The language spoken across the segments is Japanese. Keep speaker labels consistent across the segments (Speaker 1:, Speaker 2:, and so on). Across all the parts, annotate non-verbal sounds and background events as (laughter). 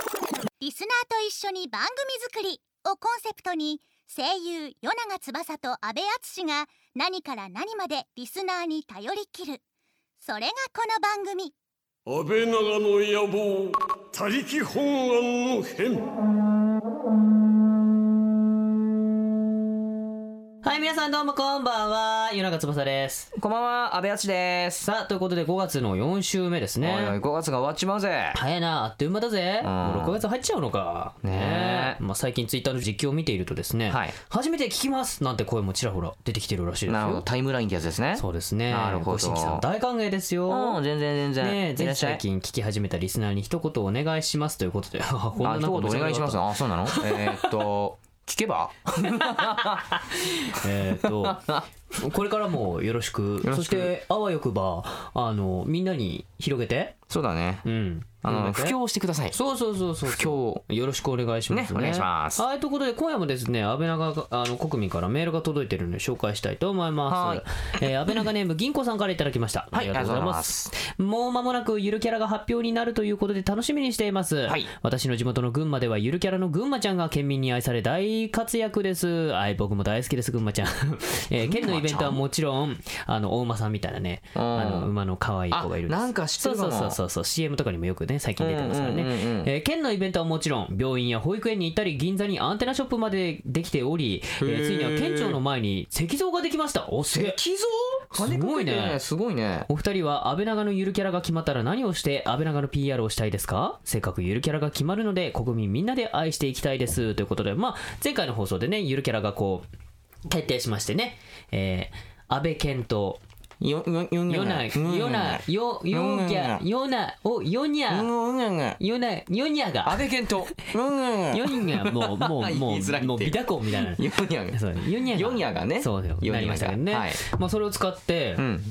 Speaker 1: リスナーと一緒に番組作り」をコンセプトに声優与永翼と阿部淳が何から何までリスナーに頼りきるそれがこの番組
Speaker 2: 安倍長の野望他力本願の変
Speaker 3: はい、皆さんどうもこんばんは。夜中翼です。
Speaker 4: こんばんは、安倍敦です。
Speaker 3: さあ、ということで5月の4週目です
Speaker 4: おいおい、
Speaker 3: ね。
Speaker 4: 5月が終わっちまうぜ。
Speaker 3: 早いな、あっという間だぜ。
Speaker 4: うん
Speaker 3: もう6月入っちゃうのか。
Speaker 4: ねえ
Speaker 3: まあ最近ツイッターの実況を見ているとですね、
Speaker 4: はい
Speaker 3: 初めて聞きますなんて声もちらほら出てきてるらしいです
Speaker 4: なるほど、
Speaker 3: よ。
Speaker 4: タイムラインってやつですね。
Speaker 3: そうですね。
Speaker 4: なるほど
Speaker 3: ご新規さん大歓迎ですよ。
Speaker 4: うん、全然
Speaker 3: ね
Speaker 4: 全然。
Speaker 3: え、
Speaker 4: い
Speaker 3: ぜ
Speaker 4: ら
Speaker 3: ひ
Speaker 4: っしゃ
Speaker 3: 最
Speaker 4: い。
Speaker 3: 近聞き始めたリスナーに一言お願いしますということ
Speaker 4: (laughs)
Speaker 3: で、あこんな
Speaker 4: あ、一言
Speaker 3: 中
Speaker 4: お願いします。あ、そ
Speaker 3: (laughs)
Speaker 4: うなのえーっと、聞けば
Speaker 3: えー、と
Speaker 4: (laughs)
Speaker 3: これからもよろしく
Speaker 4: よろしく
Speaker 3: そしてあわよくばあのみんなに広げて、
Speaker 4: そうだね
Speaker 3: う。ん、
Speaker 4: あの、
Speaker 3: 広げ
Speaker 4: 布
Speaker 3: て
Speaker 4: 教してください。
Speaker 3: そうそうそうそう
Speaker 4: 布教。
Speaker 3: よろしくお願いしますね
Speaker 4: ねお願いします
Speaker 3: はいということで今夜もですね安倍長があの国民からメールが届いてるので紹介したいと思います
Speaker 4: は
Speaker 3: えー安倍長ネーム銀子さんからいただきました、
Speaker 4: はい
Speaker 3: ありがとうございますもう間もなくゆるキャラが発表になるということで楽しみにしています、
Speaker 4: はい
Speaker 3: 私の地元の群馬ではゆるキャラの群馬ちゃんが県民に愛され大活躍ですはい僕も大好きです群馬ちゃん、 (laughs) えー県のイベントはもちろんあのお馬さんみたいなね
Speaker 4: うん
Speaker 3: あの馬の可愛い
Speaker 4: あ
Speaker 3: 子がいる、です
Speaker 4: なんか知って
Speaker 3: そう
Speaker 4: るか
Speaker 3: そうそ
Speaker 4: も。
Speaker 3: うそうそう CM とかにもよくね最近出てますからね、
Speaker 4: うんうんうんうん
Speaker 3: えー県のイベントはもちろん病院や保育園に行ったり銀座にアンテナショップまでできており、えー
Speaker 4: へー
Speaker 3: ついには県庁の前に石像ができましたおすげえ
Speaker 4: 石像
Speaker 3: すごいね
Speaker 4: 金かけてすごいね。
Speaker 3: お二人は安倍長のゆるキャラが決まったら何をして安倍長の PR をしたいですかせっかくゆるキャラが決まるので国民みんなで愛していきたいですということで、まあ、前回の放送でねゆるキャラがこう決定しましてね、えー安倍健と
Speaker 4: よ、よ、よ、
Speaker 3: ヨナヨナヨヨギャヨナおヨニャ
Speaker 4: うん、うん、うん。
Speaker 3: ヨナヨニャ
Speaker 4: 安
Speaker 3: が
Speaker 4: 倍健斗。うん、うん。
Speaker 3: ヨニャ
Speaker 4: (laughs)
Speaker 3: もうもうも
Speaker 4: 言いづらいっていう
Speaker 3: うもうビタコンみたいな
Speaker 4: よにゃん。
Speaker 3: そうヨニャ
Speaker 4: ヨニャがね
Speaker 3: そうだよ
Speaker 4: ヨニャが
Speaker 3: なりましたけどね、
Speaker 4: はい
Speaker 3: まあそれを使って
Speaker 4: うん。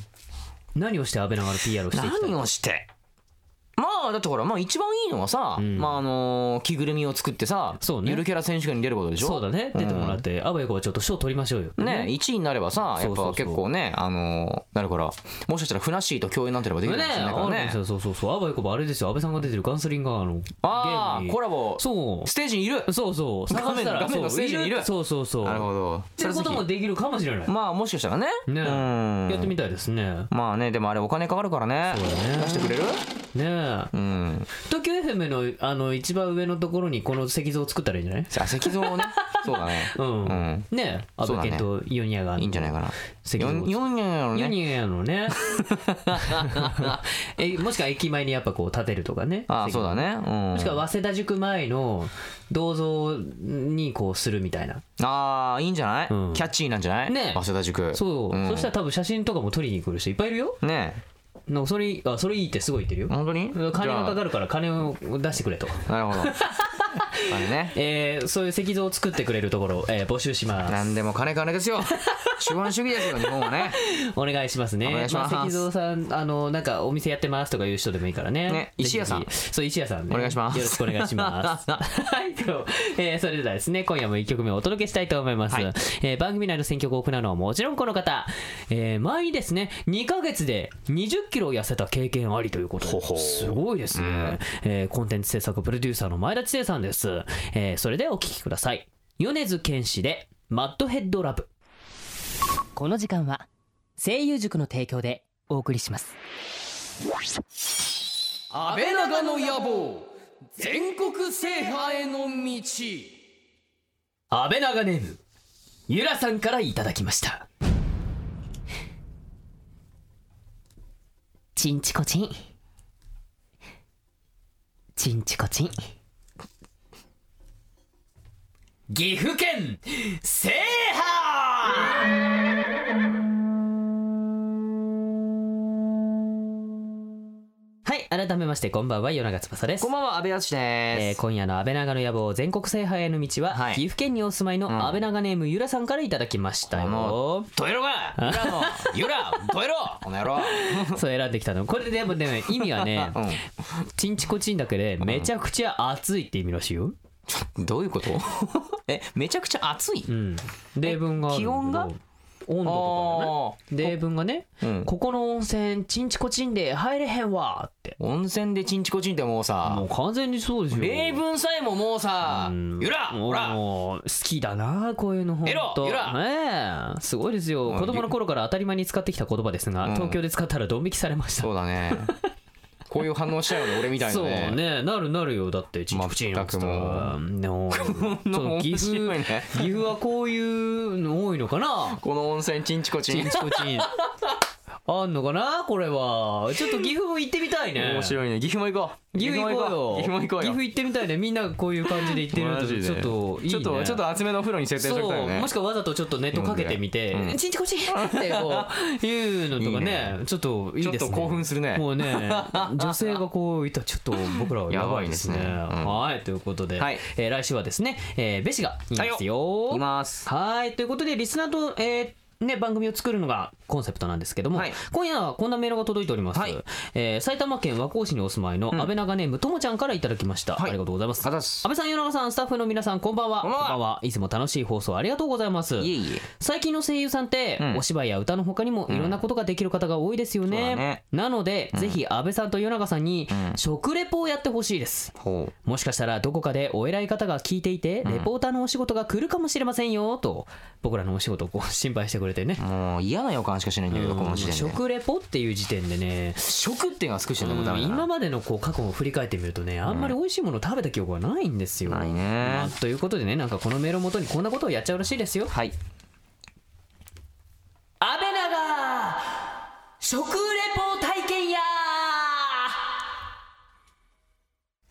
Speaker 3: 何をして安倍長の PR をしていきたい
Speaker 4: 何をしてまあだってほらまあ一番いいのはさ、
Speaker 3: ん
Speaker 4: まああのー着ぐるみを作ってさ、
Speaker 3: そうね
Speaker 4: ゆるキャラ選手権に出ることでしょ
Speaker 3: そうだね出てもらって、あばよくばちょっと賞取りましょうよ
Speaker 4: ね1位になればさや
Speaker 3: そ
Speaker 4: っ
Speaker 3: うそうそう
Speaker 4: ぱ結構ねあのーなるからもしかしたらふなっしーと共演なんてればでき
Speaker 3: ね
Speaker 4: るかもしれないから
Speaker 3: あ
Speaker 4: ね
Speaker 3: るんですよそうそうそうあばよくばあれですよ安倍さんが出てるガンスリンガーの
Speaker 4: あ
Speaker 3: ゲーム
Speaker 4: あ
Speaker 3: に
Speaker 4: コラボ
Speaker 3: そ
Speaker 4: ステージにいる
Speaker 3: うそうそう探したら
Speaker 4: 画面の画面のス
Speaker 3: そう
Speaker 4: テージにいる
Speaker 3: そうそうそう
Speaker 4: なるほど
Speaker 3: っていうこともできるかもしれない
Speaker 4: まあもしかしたらね
Speaker 3: ね
Speaker 4: うん
Speaker 3: やってみたいですね
Speaker 4: まあねでもあれお金かかるからね
Speaker 3: そうだね
Speaker 4: 出してくれる
Speaker 3: ねえ
Speaker 4: うん
Speaker 3: 東京 FM のあの一番上のところにこの石像を作ったらいいんじゃない
Speaker 4: じゃあ石像
Speaker 3: (laughs)
Speaker 4: をねそうだね
Speaker 3: うん、
Speaker 4: うん
Speaker 3: ねえ安
Speaker 4: そうだ
Speaker 3: 倍
Speaker 4: ね
Speaker 3: 健とヨニアが
Speaker 4: いいんじゃないかな
Speaker 3: 石像
Speaker 4: よ
Speaker 3: を
Speaker 4: んよんにゃんやろ
Speaker 3: ヨ
Speaker 4: ね
Speaker 3: ニアの
Speaker 4: (laughs)
Speaker 3: ね (laughs) えもしくは駅前にやっぱこう建てるとかね
Speaker 4: ああ
Speaker 3: 石像
Speaker 4: そうだねうん
Speaker 3: もしくは早稲田塾前の銅像にこうするみたいな
Speaker 4: あーいいんじゃない、
Speaker 3: うん
Speaker 4: キャッチーなんじゃない
Speaker 3: ね
Speaker 4: 早稲田塾
Speaker 3: そう、
Speaker 4: ん
Speaker 3: そしたら多分写真とかも撮りに来る人いっぱいいるよ
Speaker 4: ね
Speaker 3: なんかそれあそれいいってすごい言ってるよ
Speaker 4: え本当に
Speaker 3: 金がか
Speaker 4: じ
Speaker 3: かるから金を出してくれと
Speaker 4: ゃあなる
Speaker 3: (laughs)
Speaker 4: ほどあれね
Speaker 3: えーそういう石像を作ってくれるところ、えー募集します
Speaker 4: 何でも金金です
Speaker 3: (laughs)
Speaker 4: よ資本主義ですよ日本はね
Speaker 3: お願いしますね
Speaker 4: お願いします
Speaker 3: あ、石像さんあのなんかお店やってますとかいう人でもいいからね
Speaker 4: ね
Speaker 3: ぜひぜひ
Speaker 4: 石屋さん
Speaker 3: そう石屋さん、ね、
Speaker 4: お願いします
Speaker 3: よろしくお願いします
Speaker 4: (laughs)
Speaker 3: はいではえーそれではですね今夜も1曲目をお届けしたいと思います、
Speaker 4: はい
Speaker 3: えー番組内の選曲を行うのはもちろんこの方、えー、前にですね2ヶ月で2 0キロ痩せた経験ありということで
Speaker 4: ほほ
Speaker 3: すごいですね、えーコンテンツ制作プロデューサーの前田知世さんです、えーそれではお聴きください米津玄師でマッドヘッドラブ
Speaker 5: この時間は声優塾の提供でお送りします
Speaker 4: 安倍長の野望全国制覇への道
Speaker 3: 安倍長ネームゆらさんからいただきました
Speaker 5: チンチコチンチンチコチン
Speaker 3: 岐阜県制覇はい改めましてこんばんは夜長翼です
Speaker 4: こんばんは安倍敦です、
Speaker 3: えー今夜の安倍長の野望全国制覇への道は、
Speaker 4: はい
Speaker 3: 岐阜県にお住まいの安倍長ネームゆらさんからいただきました
Speaker 4: こ
Speaker 3: よ
Speaker 4: のどえろがゆ
Speaker 3: (laughs)
Speaker 4: らのゆらどえろこの野郎
Speaker 3: そう選んできたのこれでもね意味は
Speaker 4: (laughs)
Speaker 3: ねチンチコチンだけでめちゃくちゃ熱いって意味らしいよ、
Speaker 4: うんどういうこと (laughs) えめちゃくちゃ暑い
Speaker 3: うん、例文があるんだけど
Speaker 4: 気温が
Speaker 3: 温度とかのね
Speaker 4: あ
Speaker 3: 例文がね
Speaker 4: ーう
Speaker 3: 「
Speaker 4: ん
Speaker 3: ここの温泉ちんちこちんで入れへんわ」って
Speaker 4: 温泉でチンチコチンってもう
Speaker 3: も
Speaker 4: さ
Speaker 3: う完全にそうですよ
Speaker 4: 例文さえももうさ「ゆらほら
Speaker 3: もう好きだなこういうの本
Speaker 4: エロ
Speaker 3: 当
Speaker 4: ゆら
Speaker 3: ねえすごいですよ
Speaker 4: うん
Speaker 3: 子供の頃から当たり前に使ってきた言葉ですが
Speaker 4: うん
Speaker 3: 東京で使ったらドン引きされました
Speaker 4: そうだねこういう反応しちゃうよね俺みたいな
Speaker 3: そう
Speaker 4: ね
Speaker 3: ねなるなるよだってちんちくちん
Speaker 4: 全くも
Speaker 3: で
Speaker 4: (laughs)
Speaker 3: もそう岐阜
Speaker 4: 面白いね
Speaker 3: 岐阜はこういうの多いのかな
Speaker 4: この温泉チンチコチ
Speaker 3: ち
Speaker 4: ン
Speaker 3: んちこちんあんのかなこれはちょっと岐阜も行ってみたいね
Speaker 4: 面白いね岐阜も行こう
Speaker 3: 岐阜行こうよ
Speaker 4: 岐阜も行こう
Speaker 3: 岐
Speaker 4: よ
Speaker 3: 阜行ってみたいねみんながこういう感じで行ってる
Speaker 4: マ
Speaker 3: と
Speaker 4: ジで
Speaker 3: ちょっといいね
Speaker 4: ちょっとちょっと厚めのお風呂に設定しときたいよ
Speaker 3: そう
Speaker 4: ね
Speaker 3: もしくはわざとちょっとネットかけてみて
Speaker 4: 飲ん
Speaker 3: 「
Speaker 4: でうん
Speaker 3: ちんちこちん」ってこ
Speaker 4: (laughs)
Speaker 3: ういうのとかね
Speaker 4: いい
Speaker 3: ちょっといいですね
Speaker 4: ちょっと興奮するね
Speaker 3: もうね女性がこういたらちょっと僕らはやばいですね
Speaker 4: やばいですねうん
Speaker 3: はいということで、
Speaker 4: はい
Speaker 3: えー来週はですね、えー、ベシがいますよ
Speaker 4: います
Speaker 3: はいということでリスナーと、えーね、番組を作るのがコンセプトなんですけども、
Speaker 4: はい
Speaker 3: 今夜はこんなメールが届いております、
Speaker 4: はい
Speaker 3: えー埼玉県和光市にお住まいの安倍長ネームともちゃんからいただきました、
Speaker 4: はい
Speaker 3: ありがとうございます
Speaker 4: あざっす
Speaker 3: 安倍さん、与永さん、スタッフの皆さん、こんばんは。
Speaker 4: こんばんはい
Speaker 3: つも楽しい放送ありがとうございます。
Speaker 4: いえいえ
Speaker 3: 最近の声優さんって、
Speaker 4: うん
Speaker 3: お芝居や歌の他にもいろんなことができる方が多いですよ
Speaker 4: そう
Speaker 3: ね。
Speaker 4: だね
Speaker 3: なので、ぜひ安倍さんと与永さんに、
Speaker 4: うん
Speaker 3: 食レポをやってほしいです。
Speaker 4: ほう
Speaker 3: もしかしたらどこかでお偉い方が聞いていて、レポーターのお仕事が来るかもしれませんよと僕らのお仕事をこう心配してくれてね、
Speaker 4: もう嫌な予感しかしないんだけどこの時点で
Speaker 3: 食レポっていう時点でね
Speaker 4: 食っていうのは少しでもダメだな
Speaker 3: 今までのこう過去を振り返ってみるとねあんまり美味しいものを食べた記憶がないんですよ。
Speaker 4: ないね
Speaker 3: まあということでねなんかこのメールをもとにこんなことをやっちゃうらしいですよ。
Speaker 4: はい
Speaker 3: 安倍長食レポ体験や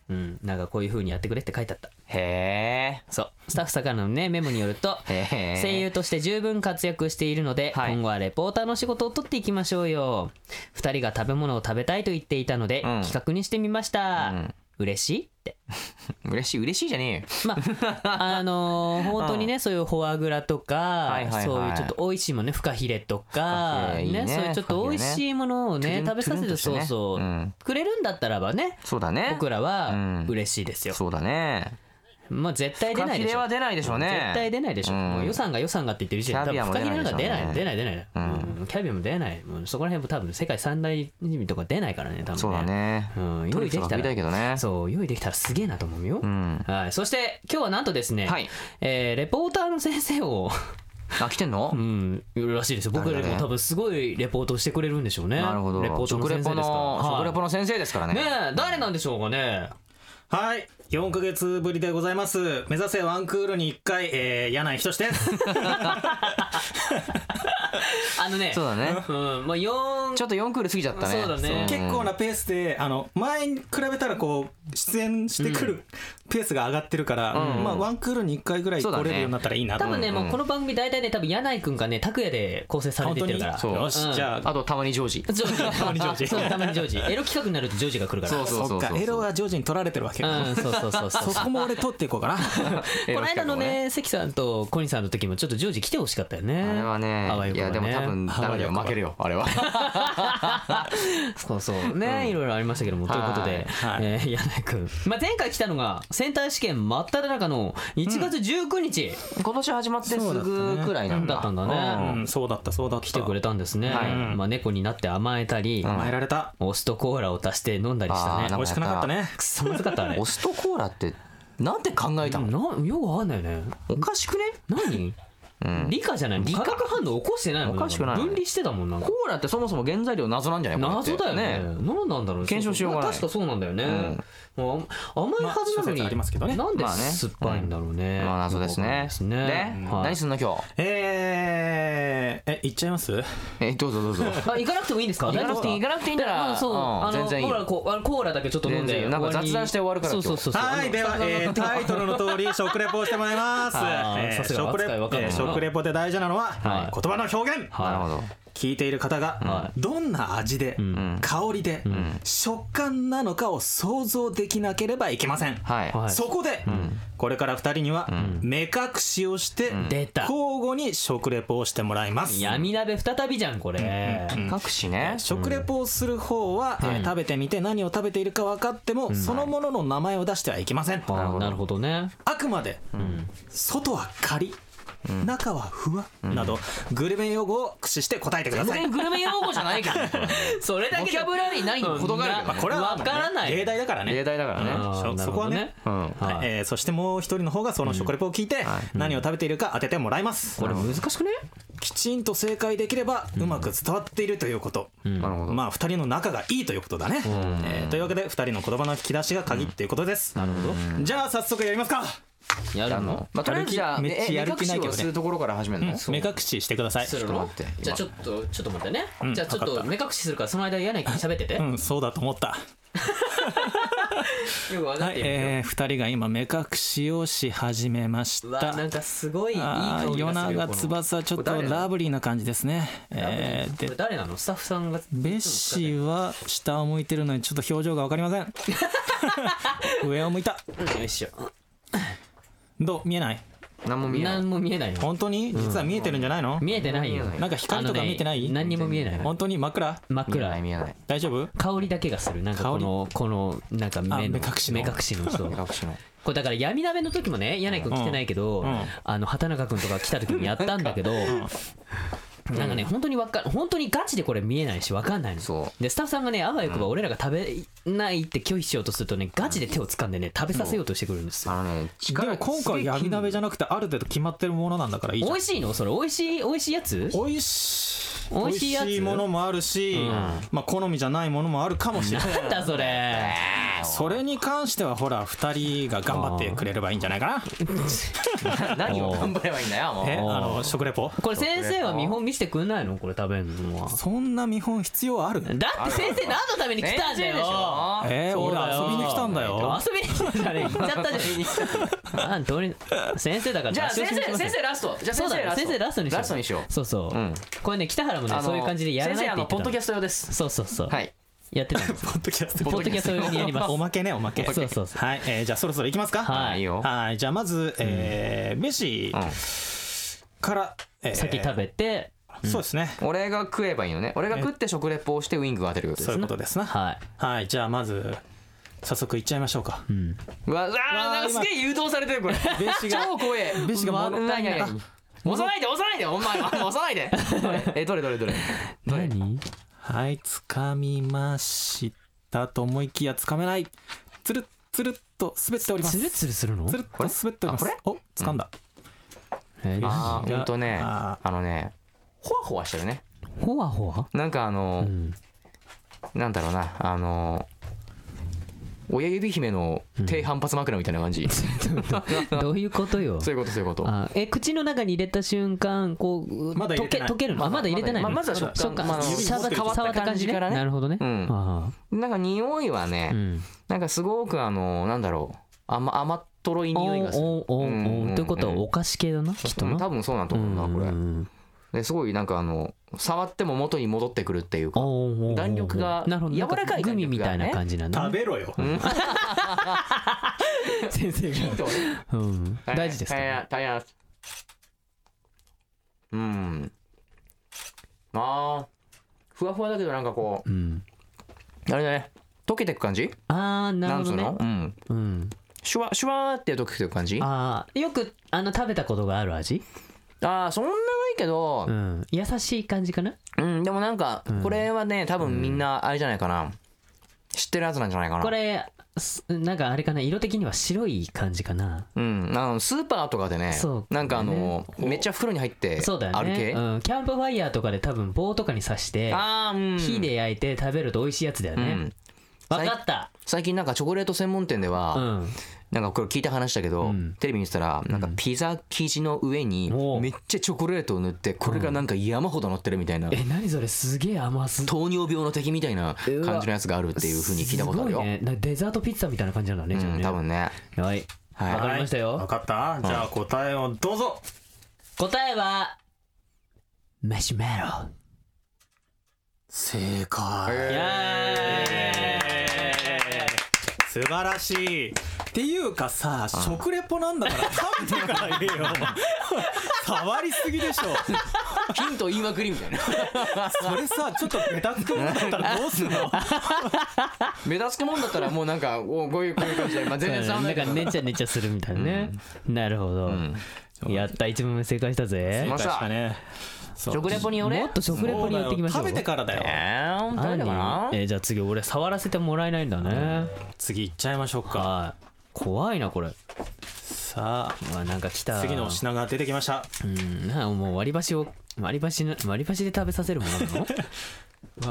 Speaker 3: うんなんかこういう風にやってくれって書いてあった。
Speaker 4: へ
Speaker 3: そうスタッフさんからのねメモによると
Speaker 4: えへえ
Speaker 3: 声優として十分活躍しているので、
Speaker 4: はい
Speaker 3: 今後はレポーターの仕事を取っていきましょうよ2人が食べ物を食べたいと言っていたので、
Speaker 4: うん
Speaker 3: 企画にしてみました、
Speaker 4: うん
Speaker 3: 嬉しいって
Speaker 4: 嬉しい嬉しいじゃねえよ
Speaker 3: まああのー本当にね、そういうフォアグラとか、
Speaker 4: いはいはい
Speaker 3: そういうちょっと美味しいものねフカヒレとか
Speaker 4: フカヒレいいね
Speaker 3: そういうちょっと美味しいものをね
Speaker 4: フカ
Speaker 3: 食べ
Speaker 4: ヒレ
Speaker 3: させ
Speaker 4: ね
Speaker 3: て
Speaker 4: トゥルントゥルンとして
Speaker 3: そうそ
Speaker 4: ね
Speaker 3: う、
Speaker 4: うん
Speaker 3: くれるんだったらばね
Speaker 4: そうだね
Speaker 3: 僕ら
Speaker 4: う
Speaker 3: は
Speaker 4: ん
Speaker 3: 嬉しいですよ、
Speaker 4: そうだね
Speaker 3: まあ絶対出
Speaker 4: フカ
Speaker 3: ない
Speaker 4: ヒ
Speaker 3: でし
Speaker 4: レ
Speaker 3: ょ
Speaker 4: は出ないでしょうね
Speaker 3: 絶対出ないでしょ、
Speaker 4: うん
Speaker 3: もう予算が予算がって言ってる時点で多
Speaker 4: キャ
Speaker 3: 分
Speaker 4: ビア
Speaker 3: フ
Speaker 4: も
Speaker 3: カ
Speaker 4: 出
Speaker 3: ヒ
Speaker 4: ない
Speaker 3: レなんか出な
Speaker 4: でしょう
Speaker 3: い
Speaker 4: ね
Speaker 3: 出ない出ない、
Speaker 4: うん
Speaker 3: うんキャビアも出ないもうそこら辺も多分世界三大珍味とか出ないからね多分ね
Speaker 4: そうだね
Speaker 3: うん、
Speaker 4: ト
Speaker 3: 用
Speaker 4: リ
Speaker 3: 意で
Speaker 4: ュフと
Speaker 3: きた
Speaker 4: か食い
Speaker 3: ら
Speaker 4: たいけどね
Speaker 3: そう用意できたらすげえなと思うよ、
Speaker 4: うん
Speaker 3: はい、そして今日はなんとですね、
Speaker 4: はい
Speaker 3: えーレポーターの先生を、
Speaker 4: あ来てんの
Speaker 3: うん、いるらしいですよ僕よりも
Speaker 4: 誰だね
Speaker 3: 多分すごいレポートをしてくれるんでしょうね
Speaker 4: なるほど
Speaker 3: レポートの
Speaker 4: 食レ
Speaker 3: 先生ですか
Speaker 4: ポ
Speaker 3: ら
Speaker 4: の
Speaker 3: はい
Speaker 4: 食レポの先生ですからね
Speaker 3: ねえ誰なんでしょうかね
Speaker 6: はい4ヶ月ぶりでございます目指せワンクールに1回、えー、柳井仁志です
Speaker 3: あのね
Speaker 4: そうだね
Speaker 3: うんまあ、4
Speaker 4: ちょっと4クール過ぎちゃったね
Speaker 3: そうだね
Speaker 6: 結構なペースであの前に比べたらこう出演してくるペースが上がってるから、まあ、ワンクールに1回ぐらい
Speaker 4: そう
Speaker 6: 来
Speaker 4: だね
Speaker 6: れるようになったらいいなと
Speaker 3: 多分ね、
Speaker 4: うん
Speaker 3: もうこの番組大体ね多分柳井君かね拓也で構成され
Speaker 6: 本
Speaker 3: てっ
Speaker 6: 当
Speaker 3: て
Speaker 6: に
Speaker 3: るから
Speaker 4: う
Speaker 6: よし、
Speaker 3: うん
Speaker 6: じゃあ
Speaker 4: あと (laughs) たまにジョー
Speaker 3: (laughs)
Speaker 4: ジ
Speaker 3: ジョージた
Speaker 6: まにジョージ
Speaker 3: そうたまにジョージエロ企画になるとジョージが来るから
Speaker 4: そうそうそう
Speaker 6: そっ
Speaker 4: そう
Speaker 6: かエロはジョージに取られてるわけ、
Speaker 3: うんそうそうそうそう
Speaker 6: (laughs) そこも俺取っていこうかな
Speaker 4: エ
Speaker 3: こ
Speaker 4: ロ
Speaker 3: の
Speaker 4: 企
Speaker 3: 間
Speaker 4: 画
Speaker 3: の
Speaker 4: も
Speaker 3: ね関さんとコニーさんの時もちょっとジョージ来てほしかったよね
Speaker 4: あれは
Speaker 3: あわよ
Speaker 4: ねい
Speaker 3: くば
Speaker 4: や
Speaker 3: ね
Speaker 4: でも多分ダメだよ負けるよあれ
Speaker 3: (laughs)
Speaker 4: は
Speaker 3: そうそうね、いろいろありましたけどもということで、
Speaker 6: はい
Speaker 3: えー柳井君、まあ、前回来たのがセンター試験真っ只中の1月19日
Speaker 4: 今年始まってすぐくらいなん
Speaker 3: だ
Speaker 4: だ
Speaker 3: ったんだね、 (laughs)
Speaker 6: うんそうだったそうだった
Speaker 3: 来てくれたんですね、まあ、猫になって甘えたり、
Speaker 6: 甘えられた
Speaker 3: お酢とコーラを足して飲んだりした
Speaker 4: あ
Speaker 3: ね
Speaker 4: ーなん
Speaker 6: 美
Speaker 4: か
Speaker 6: 味しくなかったね
Speaker 3: くそまずかったあれ
Speaker 4: オスとコーラってなんて考えたの
Speaker 3: なよくわかんないよね
Speaker 4: おかしくね
Speaker 3: 何、理科じゃないの化学反応起こしてないもん
Speaker 4: おかしくない
Speaker 3: んか分離してたもんなんか
Speaker 4: コーラってそもそも原材料謎なんじゃないこれ
Speaker 3: 謎
Speaker 4: って
Speaker 3: だよね何なんだろうね
Speaker 4: 検証しようがない
Speaker 3: 確かそうなんだよね、もう甘いはずなのに、
Speaker 6: まあ諸説ありますけどね
Speaker 3: なんで
Speaker 4: まあね
Speaker 3: 酸っぱいんだろうね、
Speaker 4: まあ謎ですね
Speaker 3: そうなんですね
Speaker 4: で
Speaker 3: はい
Speaker 4: 何すんの今日
Speaker 6: えー、え行っちゃいます
Speaker 4: えどうぞどうぞ
Speaker 3: あ行かなくてもいいんですか
Speaker 4: 行かなくていい行かなくていいなら
Speaker 3: うんそう、
Speaker 4: うん
Speaker 3: あの
Speaker 4: 全然いい
Speaker 3: ほらこうあのコーラだけちょっと飲ん
Speaker 4: 全然いい
Speaker 3: で
Speaker 4: よなんか雑談して終わるから
Speaker 3: そう
Speaker 4: 今日
Speaker 3: そうそうそう
Speaker 6: はい、では、えータイトルの
Speaker 3: (laughs)
Speaker 6: 通り、食レポをしてもらいます。
Speaker 3: あー
Speaker 6: えー
Speaker 3: さすが
Speaker 6: 食レ
Speaker 3: 扱いわ
Speaker 6: ポ
Speaker 3: か、んない
Speaker 6: えー
Speaker 3: な
Speaker 6: 食レポで大事なのは、
Speaker 3: はい
Speaker 6: 言葉の表現。
Speaker 3: は
Speaker 4: ないるほど
Speaker 6: 聞いている
Speaker 3: は
Speaker 6: 方が、どんな味で、香りで、食感なのかを想像できなければいけません。
Speaker 4: はい
Speaker 3: はい
Speaker 6: そこで、これから二人には、目隠しをして、
Speaker 3: 出た
Speaker 6: 交互に食レポをしてもらいます。
Speaker 3: 闇鍋再びじゃんこれ、
Speaker 4: 隠しね
Speaker 6: 食レポをする方は、えー食べてみて何を食べているか分かっても、そのものの名前を出してはいけません。
Speaker 3: あーなるほどね
Speaker 6: あくまで、外はカリ中はふわ、などグルメ用語を駆使して答えてくださ
Speaker 4: 全
Speaker 6: い、
Speaker 4: 然グルメ用語じゃないけどねこれ
Speaker 3: (laughs) それだけ
Speaker 4: ボキャブラリーないにも程があるけど
Speaker 3: ま
Speaker 4: ね
Speaker 6: まあ、これは
Speaker 3: わからない
Speaker 6: 例題だからね
Speaker 4: 例題だからね
Speaker 3: あー
Speaker 6: そ
Speaker 3: なる
Speaker 6: そ
Speaker 3: ほ
Speaker 6: こ
Speaker 3: ど
Speaker 6: はね
Speaker 4: うん
Speaker 3: はい
Speaker 6: はいえーそしてもう一人の方がその食レポを聞いて
Speaker 4: はい
Speaker 6: 何を食べているか当ててもらいます、
Speaker 3: これ難しくね
Speaker 6: きちんと正解できればうまく伝わっているということ、
Speaker 4: なるほど
Speaker 6: まあ2人の仲がいいということだね、えーというわけで2人の言葉の引き出しが鍵っていうことです、
Speaker 3: なるほ
Speaker 6: じゃあ早速やりますか、
Speaker 3: どやるの
Speaker 4: まあとりあえずじゃあ
Speaker 6: やる気めっちゃやる気ない
Speaker 4: え目隠し
Speaker 6: けどね
Speaker 4: をするところから始めるの
Speaker 6: 目隠ししてください
Speaker 3: する
Speaker 4: ちょっと
Speaker 3: の
Speaker 4: 待って
Speaker 3: じゃあちょっとちょっと待ってね、
Speaker 6: ん
Speaker 3: じゃあちょっ
Speaker 6: わか
Speaker 3: と
Speaker 6: った
Speaker 3: 目隠しするからその間柳井君喋ってて、
Speaker 6: うんそうだと思った
Speaker 3: よくわかっ
Speaker 6: はい
Speaker 3: てるけど、
Speaker 6: え2人が今目隠しをし始めまし
Speaker 3: うわ
Speaker 6: た
Speaker 3: なんかすごいいい
Speaker 6: あ
Speaker 3: 香
Speaker 6: ー
Speaker 3: り
Speaker 6: 夜
Speaker 3: がするよ
Speaker 6: 長
Speaker 3: この
Speaker 6: 翼ちょっとラブリーな感じですね、えー
Speaker 3: こ
Speaker 6: で
Speaker 3: れ誰なのスタッフさんが
Speaker 6: ベッシーは下を向いてるのにちょっと表情がわかりませ
Speaker 3: (laughs)
Speaker 6: ん上を向いた
Speaker 3: よいしょ
Speaker 6: どう見えない
Speaker 4: 何も見えない
Speaker 3: 何も見えないの
Speaker 6: 本当に実は見えてるんじゃないの、
Speaker 3: 見えてないよ
Speaker 6: なんか光
Speaker 3: あの
Speaker 6: とか
Speaker 3: ね
Speaker 6: 見えてない
Speaker 3: 何にも見えないの
Speaker 6: 本当に枕
Speaker 3: 真っ
Speaker 4: 見えな
Speaker 3: 暗
Speaker 4: い見えない
Speaker 6: 大丈夫
Speaker 3: 香りだけがするなんかこのこのなんか目の
Speaker 6: あ目隠しの
Speaker 3: 目隠しのそう
Speaker 4: 目隠しの
Speaker 3: これだから闇鍋の時もね柳井君来てないけど、
Speaker 6: うんうん
Speaker 3: あの畑中君とか来た時にやったんだけど (laughs) なんかね本当にわか本当にガチでこれ見えないしわかんないの
Speaker 4: そう
Speaker 3: でスタッフさんがねあわよくば俺らが食べないって拒否しようとするとねガチで手を掴んでね食べさせようとしてくるんですよ
Speaker 4: あのね
Speaker 6: でも今回は闇鍋じゃなくてある程度決まってるものなんだからいいじ
Speaker 3: 美
Speaker 6: ゃん
Speaker 3: 味しいのそれ美味しい美味しいやつ
Speaker 6: 美味しい
Speaker 3: 美味しいやつ
Speaker 6: 美味ものもあるし、まあ好みじゃないものもあるかもしれない
Speaker 3: なんだそれ
Speaker 6: それに関してはほら2人が頑張ってくれればいいんじゃないかな
Speaker 4: (laughs) 何を頑張ればいいんだよもう
Speaker 6: えあの食レポ
Speaker 3: これ先生は見本見せてくんないのこれ食べるのは
Speaker 6: そんな見本必要ある
Speaker 3: だって先生何のために来たんだ
Speaker 4: 先生でし
Speaker 3: よ
Speaker 4: ょ
Speaker 6: えー、
Speaker 3: そうだ
Speaker 6: 俺
Speaker 3: よ
Speaker 6: 遊びに来たんだよ
Speaker 3: 遊びに来たじゃねえ行っちゃったじ (laughs) ゃんあんとり先生だから
Speaker 4: じゃあ
Speaker 3: 出し惜
Speaker 4: 先
Speaker 3: しみし
Speaker 4: 生
Speaker 3: ます
Speaker 4: 先
Speaker 3: よ
Speaker 4: 生ラストじゃあ
Speaker 3: そう
Speaker 4: 先
Speaker 3: だ
Speaker 4: 生
Speaker 3: ね
Speaker 4: ラスト
Speaker 3: 先生ラストにしよう
Speaker 4: ラストにしよう
Speaker 3: そうそう、
Speaker 4: うん
Speaker 3: これね北原もね
Speaker 4: あの
Speaker 3: そういう感じでやらないって言って
Speaker 4: 先生あのポッ
Speaker 3: た
Speaker 4: ドキャ
Speaker 3: の
Speaker 4: スト用です
Speaker 3: そうそうそう、
Speaker 4: はい
Speaker 3: やってたんです
Speaker 6: (laughs) ポッドキャス
Speaker 3: ポッドキャスト用にやり
Speaker 6: (laughs)
Speaker 3: ます
Speaker 6: おまけねおまけ
Speaker 3: そうそうそう
Speaker 6: はい、えーじゃあそろそろいきますか
Speaker 3: はい
Speaker 4: いいよ
Speaker 6: はいじゃあまず、えー、飯から、えー
Speaker 3: 先食べて
Speaker 6: そうですね
Speaker 4: 俺が食えばいいのね俺が食って食レポをしてウイングを当てることで
Speaker 6: そう
Speaker 4: す
Speaker 6: いうことですな
Speaker 3: はい
Speaker 6: はいじゃあまず早速いっちゃいましょうか、
Speaker 4: うわうわーなんかすげえ誘導されてるこれ
Speaker 6: 飯が
Speaker 4: 超怖え
Speaker 6: ベシがも
Speaker 4: うわ何何何押さないで押さないでお前 (laughs) 押さないでえどれどれどれ
Speaker 3: 何
Speaker 6: はい、つかみましたと思いきやつかめない。つるっつるっと滑っております。
Speaker 3: ツルツルするの
Speaker 6: つるっと滑っております
Speaker 4: これ。
Speaker 6: お、つかんだ。
Speaker 3: えー
Speaker 4: あーほんとね
Speaker 6: あ
Speaker 4: あのねほわほわしてるね
Speaker 3: ほわほわ
Speaker 4: なんかあのなんだろうなあの親指姫の低反発枕みたいな感じそう
Speaker 3: どういうことよ
Speaker 4: いうことそういうこと
Speaker 3: あえ口の中に入れた瞬間こう
Speaker 6: まだ入
Speaker 3: 溶
Speaker 6: れて
Speaker 3: け
Speaker 6: ない
Speaker 3: 溶けるのあまだ入れてないの
Speaker 4: ままずは食
Speaker 3: そっ
Speaker 4: 感
Speaker 3: か、
Speaker 4: まあ
Speaker 6: 指
Speaker 3: 触っ
Speaker 6: 持って
Speaker 3: た
Speaker 6: る
Speaker 3: 触った感じ
Speaker 4: からね
Speaker 3: なるほどね、
Speaker 4: うん
Speaker 3: あ
Speaker 4: なんか匂いはね
Speaker 3: あうん
Speaker 4: なんかすごくあのなんだろう甘甘っとろい匂いがする
Speaker 3: おーおーおーおー
Speaker 4: うんうんうん
Speaker 3: ということはお菓子系だなきっと
Speaker 4: うん多
Speaker 3: な
Speaker 4: 分そうなんだと思うなこれ
Speaker 3: ん
Speaker 4: ですごいなんかあの触っても元に戻ってくるっていうか
Speaker 3: おーおーおー
Speaker 4: 弾力が
Speaker 3: なるほど
Speaker 4: 柔らかい
Speaker 3: なん
Speaker 4: 弾力がね
Speaker 3: グミみたいな感じなんだ
Speaker 6: 食
Speaker 3: ね
Speaker 6: べろよ。
Speaker 3: (laughs)
Speaker 4: (laughs)
Speaker 3: 先生が、うん、大事ですか
Speaker 4: 大変大変うんあーふわふわだけどなんかこ
Speaker 3: うん
Speaker 4: うあれだね溶けてく感じ
Speaker 3: ああな
Speaker 4: な
Speaker 3: る
Speaker 4: んつ
Speaker 3: ほど
Speaker 4: うの
Speaker 3: ね、
Speaker 4: う
Speaker 3: う
Speaker 4: ん
Speaker 3: ん、
Speaker 4: シュワシュワーって溶けてく感じ
Speaker 3: あ
Speaker 4: あ
Speaker 3: あよくあの食べたことがある味、
Speaker 4: ーそんなないけど
Speaker 3: う、ん、優しい感じかな
Speaker 4: うん、でもなんかこれはね多分みんなあれじゃないかな知ってるやつなんじゃないかな
Speaker 3: これすなんかあれかな色的には白い感じかな
Speaker 4: うん、あのスーパーとかでね
Speaker 3: そう
Speaker 4: なんかあのめっちゃ袋に入って
Speaker 3: そうだよ
Speaker 4: ある
Speaker 3: ね
Speaker 4: 系、
Speaker 3: うん、キャンプファイヤーとかで多分棒とかに刺して
Speaker 4: ああうん
Speaker 3: 火で焼いて食べると美味しいやつだよ
Speaker 4: う
Speaker 3: ね、
Speaker 4: ん
Speaker 3: わかった
Speaker 4: 最近なんかチョコレート専門店では、
Speaker 3: うん
Speaker 4: なんかこれ聞いた話だけど、
Speaker 3: うん
Speaker 4: テレビ見てたらなんかピザ生地の上に
Speaker 3: おう
Speaker 4: めっちゃチョコレートを塗ってこれがなんか山ほど乗ってるみたいな、
Speaker 3: え何それすげえ甘す
Speaker 4: 糖尿病の敵みたいな感じのやつがあるっていうふうに聞いたことあるよ、
Speaker 3: すごいねなデザートピッツァみたいな感じなんだね、じゃあ
Speaker 4: うん
Speaker 3: ね
Speaker 4: 多分ね
Speaker 3: はい
Speaker 4: はい
Speaker 3: わかりましたよ、
Speaker 6: わかった。じゃあ答えをどうぞ。
Speaker 3: 答えはマシュマロ
Speaker 6: 正解。
Speaker 3: イ
Speaker 6: 素晴らしい。っていうかさ、 (laughs) 食レポなんだから食べてから言えよ。触りすぎでしょ。
Speaker 4: ヒント言いまくりみたいな (laughs)
Speaker 6: それさちょっとベタつくものだったらどうすんの
Speaker 4: 目立つくもんだったらもうなんかおこういうこういう感じで、まあ、全然
Speaker 3: な
Speaker 4: 触
Speaker 3: ん
Speaker 4: らない
Speaker 3: か
Speaker 4: けど
Speaker 3: ねちゃねちゃするみたいなね、なるほど、やった1問目正解したぜ
Speaker 4: ました
Speaker 6: ねそう
Speaker 4: 食レポによれ
Speaker 3: もっと食レポに寄っていきましょう
Speaker 6: そうだよ食べてからだよ、
Speaker 4: えー、本当
Speaker 3: 何
Speaker 4: だな
Speaker 3: えーじゃあ次俺触らせてもらえないんだね、
Speaker 6: 次行っちゃいましょうか
Speaker 3: はい怖いなこれ
Speaker 6: さ
Speaker 3: うわなんか来た
Speaker 6: あ次の品が出てきました
Speaker 3: うんなもう割り箸を割り箸の割り箸で食べさせるものなの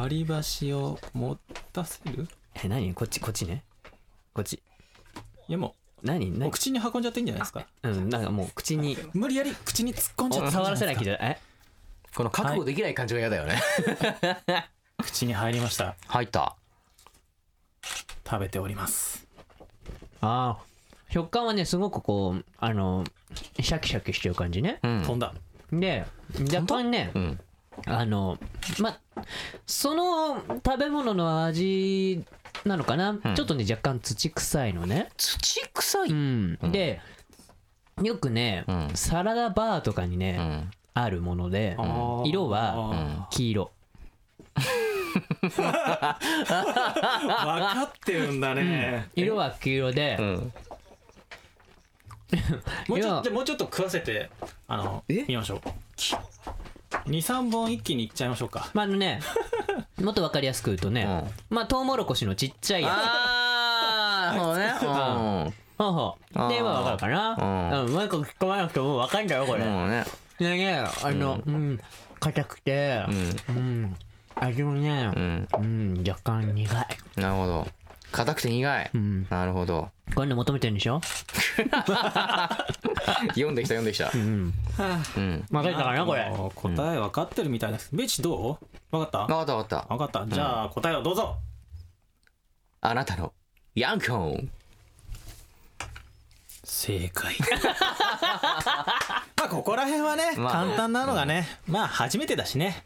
Speaker 6: 割り箸を持たせる
Speaker 3: え何こっちこっちねこっち
Speaker 6: いやも
Speaker 3: 何
Speaker 6: うお
Speaker 3: 何
Speaker 6: 口に運んじゃっていいんじゃないですか
Speaker 3: うんなんかもう口に
Speaker 6: 無理やり口に突っ込んじゃっていいんじゃ
Speaker 3: 触
Speaker 6: ない
Speaker 3: ら
Speaker 6: です
Speaker 3: せ
Speaker 6: か
Speaker 3: なきゃいけないえ
Speaker 4: この覚悟できない感じが嫌だよね
Speaker 6: 口に入りました
Speaker 4: 入った
Speaker 6: 食べております
Speaker 3: ああ食感はねすごくこうあのシャキシャキしてる感じね
Speaker 4: うん
Speaker 6: 飛んだ
Speaker 3: で若干ね
Speaker 4: うん
Speaker 3: あのまその食べ物の味なのかな、
Speaker 4: うん
Speaker 3: ちょっとね若干土臭いのね
Speaker 4: 土臭い
Speaker 3: うん、でよくね、
Speaker 4: うん
Speaker 3: サラダバーとかにね、
Speaker 4: うん
Speaker 3: あるもので、
Speaker 6: あー
Speaker 3: 色は
Speaker 4: うん
Speaker 3: 黄色
Speaker 6: 分かってるんだね、
Speaker 3: 色は黄色で、
Speaker 4: うん
Speaker 6: もうち
Speaker 3: い
Speaker 6: ょ
Speaker 3: や
Speaker 6: っともうちょっと食わせてあの見ましょう23本一気にいっちゃいましょうか
Speaker 3: まああのねもっとわかりやすく言うとね、まあトウモロコシのちっちゃいやつ
Speaker 4: ああそうね
Speaker 3: ほうほうで今わかるかなうんもう一個聞こえなくてもわかんだよこれ、
Speaker 4: うんうんね
Speaker 3: でねあのうん硬くてうん、味もね
Speaker 4: うん
Speaker 3: うん、若干苦い
Speaker 4: なるほど硬くて苦い、
Speaker 3: ん
Speaker 4: なるほど
Speaker 3: こういうの求めてるんでしょ
Speaker 4: 読んできた読んできた
Speaker 3: うん
Speaker 4: うん
Speaker 3: わかったかなこ
Speaker 6: あ
Speaker 3: れ
Speaker 6: の答え分かってるみたいですベチどう分か
Speaker 4: 分
Speaker 6: った
Speaker 4: かった分かった
Speaker 6: 分かったじゃあ答えをどうぞ
Speaker 4: あなたのヤンコン
Speaker 6: 正解 (laughs) まあここら辺はね、
Speaker 4: まあ
Speaker 6: 簡単なのがね、まあ初めてだしね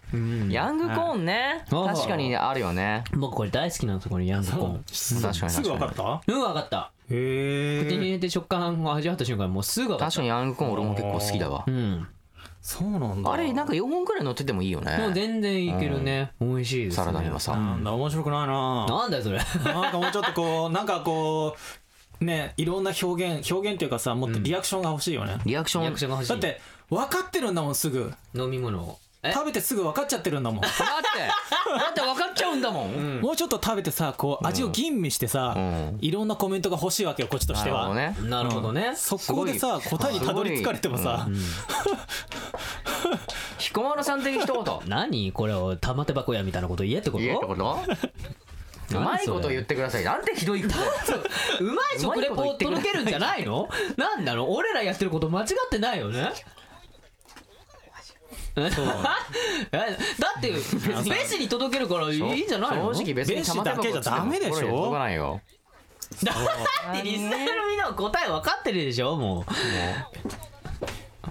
Speaker 4: ヤングコーンね
Speaker 3: あー
Speaker 4: 確かにあるよね
Speaker 3: 僕これ大好きなんですよこれヤングコーン
Speaker 4: 確かに
Speaker 6: す
Speaker 4: 確か
Speaker 6: ぐ分
Speaker 4: に
Speaker 6: かった
Speaker 3: うんわかった
Speaker 6: へ
Speaker 3: 口に入
Speaker 6: え
Speaker 3: れて食感を味わった瞬間もうすぐわかっ
Speaker 4: 確
Speaker 3: た
Speaker 4: かにヤングコーン俺も結構好きだわ
Speaker 3: うん
Speaker 6: そうなんだ
Speaker 4: あれなんか4本くらい乗っててもいいよ
Speaker 3: もう
Speaker 4: ね
Speaker 3: 全然いけるね美味しいですね
Speaker 4: サラダにはさ
Speaker 6: なんだ面白くないな
Speaker 3: なんだよそれ
Speaker 6: なんかもうちょっ
Speaker 4: (laughs)
Speaker 6: とこうなんかこうねいろんな表現表現っていうかさもっとリアクションが欲しいよね、
Speaker 4: リアクシ
Speaker 3: リ
Speaker 4: ョ
Speaker 3: ア
Speaker 4: ン
Speaker 3: クションが欲しい
Speaker 6: だって分かってるんだもんすぐ
Speaker 3: 飲み物をえ
Speaker 6: 食べてすぐ分かっちゃってるんだもん
Speaker 4: だってだって分かっちゃうんだもん、
Speaker 6: もうちょっと食べてさこう味を吟味してさ、
Speaker 4: うん
Speaker 6: いろんなコメントが欲しいわけよこっちとしては、
Speaker 4: なるほどね
Speaker 3: なるほどね
Speaker 6: そこです
Speaker 4: ご
Speaker 6: さ
Speaker 4: い
Speaker 6: 答えにたどり着かれてもさ、
Speaker 4: 彦摩呂さん的一言
Speaker 3: 何これを玉手箱やみたいなこと言えってこ
Speaker 4: 言えってこととう
Speaker 3: 何
Speaker 4: まい
Speaker 3: それ
Speaker 4: こと言ってくださいなんてひどいこと
Speaker 3: うまい食レポを届けるんじゃないのなんだろう俺らやってること間違ってないよねえ (laughs) だって別にに届けるからい (laughs) いんじゃないの
Speaker 4: 正直別に玉手箱
Speaker 6: ベースだけじゃダメでしょ
Speaker 4: これ届かないよ
Speaker 3: だってリスナーのみんなの答え分かってるでしょも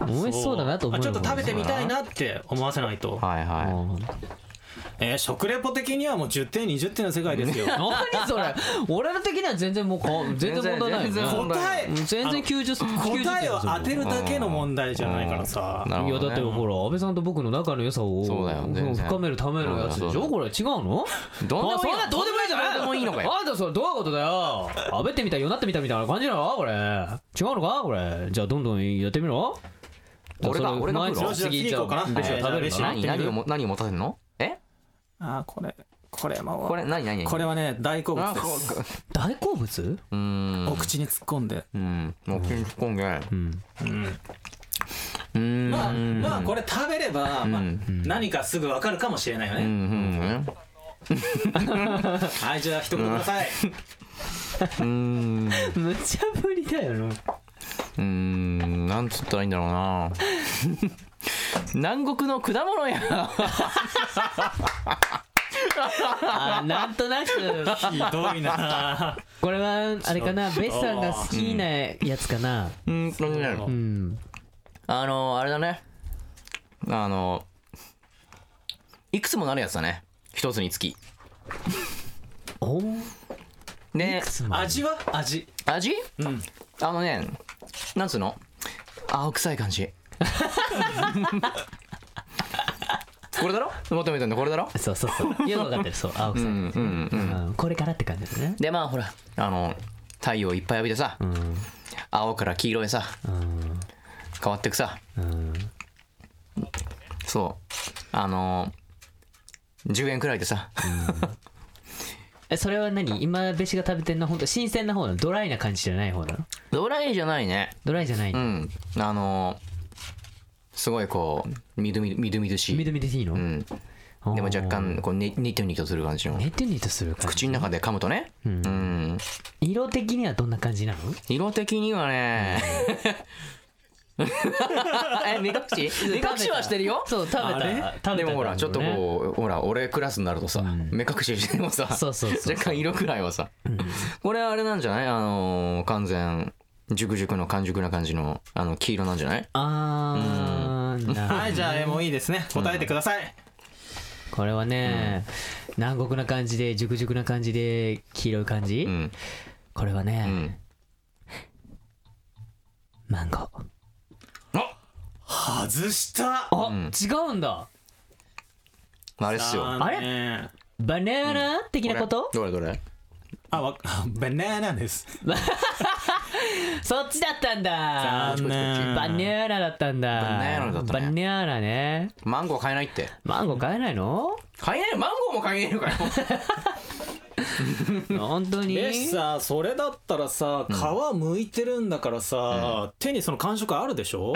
Speaker 3: う美味しそうだなと思う
Speaker 6: あ
Speaker 3: よ
Speaker 6: ちょっと食べてみたいなって思わせないと、
Speaker 4: はいは
Speaker 3: うん
Speaker 6: えー食レポ的にはもう10点20点の世界ですよ
Speaker 3: 何それ俺ら的には全然もうか全然問題ないよ
Speaker 4: 全然
Speaker 3: ね
Speaker 4: 問題
Speaker 6: 答え
Speaker 3: うん全然90 90
Speaker 6: 答えを当てるだけの問題じゃないからさ
Speaker 4: いなる
Speaker 3: い
Speaker 4: ほ
Speaker 3: や
Speaker 4: どね
Speaker 3: だってほら安倍さんと僕の仲の良さを
Speaker 4: そうだよ全然
Speaker 3: 深めるためのやつでし
Speaker 4: そうだ
Speaker 3: ょこれ違うの
Speaker 4: どうでもいい
Speaker 3: あそんなどうでもいいじゃない
Speaker 4: どうでもいいのかよ
Speaker 3: あんたそれどういうことだよ安倍ってみたいよなってみたいみたいな感じなのこれ違うのかこれじゃあどんどんやってみろ
Speaker 4: 俺が俺が来るの
Speaker 6: よしじゃあ次
Speaker 3: じゃ
Speaker 6: 行こうかな
Speaker 3: ベシを食べ
Speaker 6: はい
Speaker 3: る
Speaker 6: じ
Speaker 3: か
Speaker 6: ゃあ
Speaker 3: ら
Speaker 6: ベ
Speaker 4: 何何をも何を持たせるのえ
Speaker 6: あーこれこれも
Speaker 4: これ何何何
Speaker 6: これはね大好物
Speaker 4: あ
Speaker 6: で
Speaker 4: こ
Speaker 6: す
Speaker 4: う
Speaker 3: 大好物
Speaker 4: うーん
Speaker 6: お口に突っ込んで
Speaker 4: うんもうピンコンゲ
Speaker 3: うん
Speaker 4: うーん
Speaker 6: まあまあこれ食べれば、まあ何かすぐ分かるかもしれないよね、
Speaker 4: うんうんうん
Speaker 6: はいじゃあ一言ください、
Speaker 3: むちゃぶりだよな
Speaker 4: うーんなんつったらいいんだろうな南国の果物や
Speaker 3: あなんとなく
Speaker 6: (laughs) ひどいな
Speaker 3: (laughs) これはあれかなベスさんが好きなやつかな
Speaker 4: うんとね
Speaker 3: うん
Speaker 4: あのあれだねあのいくつもなるやつだね一つにつき
Speaker 3: お
Speaker 4: で
Speaker 3: つまり
Speaker 6: 味は味
Speaker 4: 味
Speaker 6: うん
Speaker 4: あのねなんつうの青臭い感じこれだろ求めてんのこれだろ
Speaker 3: そうそうそうよく分かってるそう青木
Speaker 4: う
Speaker 3: さん、
Speaker 4: んうんうん
Speaker 3: うんこれからって感じですね
Speaker 4: でまあほらあの太陽いっぱい浴びてさ、
Speaker 3: うん
Speaker 4: 青から黄色へさ
Speaker 3: うん
Speaker 4: 変わってくさ
Speaker 3: うん
Speaker 4: そうあの10円くらいでさ
Speaker 3: えそれは何今べしが食べてんのは本当新鮮な方なのドライな感じじゃない方なの
Speaker 4: ドライじゃないね
Speaker 3: ドライじゃない、
Speaker 4: うんあのすごいこうみずみずみずみずし
Speaker 3: み
Speaker 4: い、
Speaker 3: どみでいいの、
Speaker 4: うん、でも若干こうねニトニトする感じの
Speaker 3: ネトニとする感じ
Speaker 4: 口の中で噛むとね
Speaker 3: う、
Speaker 4: うんん
Speaker 3: 色的にはどんな感じなの
Speaker 4: 色的にはね (laughs) え目隠し目隠しはしてるよ
Speaker 3: そう食べた
Speaker 6: あれ
Speaker 3: 食べた
Speaker 4: でもほらちょっとこうほら俺クラスになるとさ目隠ししてもさ
Speaker 3: そうそうそうそう
Speaker 4: 若干色くらいはさこれあれなんじゃないあのー完全熟熟の完熟な感じのあの黄色なんじゃない
Speaker 3: あーなるほど
Speaker 6: はいじゃあえもういいですね答えてください、
Speaker 3: これはね、南国な感じで熟熟な感じで黄色い感じ、
Speaker 4: うん
Speaker 3: これは
Speaker 4: う
Speaker 3: ね、
Speaker 4: ん
Speaker 3: マンゴー
Speaker 4: あ
Speaker 6: 外した
Speaker 3: あ、違うんだ
Speaker 4: あれっすよ
Speaker 3: あれ
Speaker 6: れ
Speaker 3: バナナ、的なこと
Speaker 4: どれどれ
Speaker 6: あわ (laughs) バナナです
Speaker 3: そっちだったんだ
Speaker 6: 残念
Speaker 3: バナナだったんだ
Speaker 4: バナナだった
Speaker 3: バ
Speaker 4: ね
Speaker 3: ナナね
Speaker 4: マンゴー買えないって
Speaker 3: マンゴー買えないの
Speaker 4: 買えないマンゴーも買えないのかよ
Speaker 3: 本当に
Speaker 6: えさそれだったらさ皮剥いてるんだからさ、手にその感触あるでしょ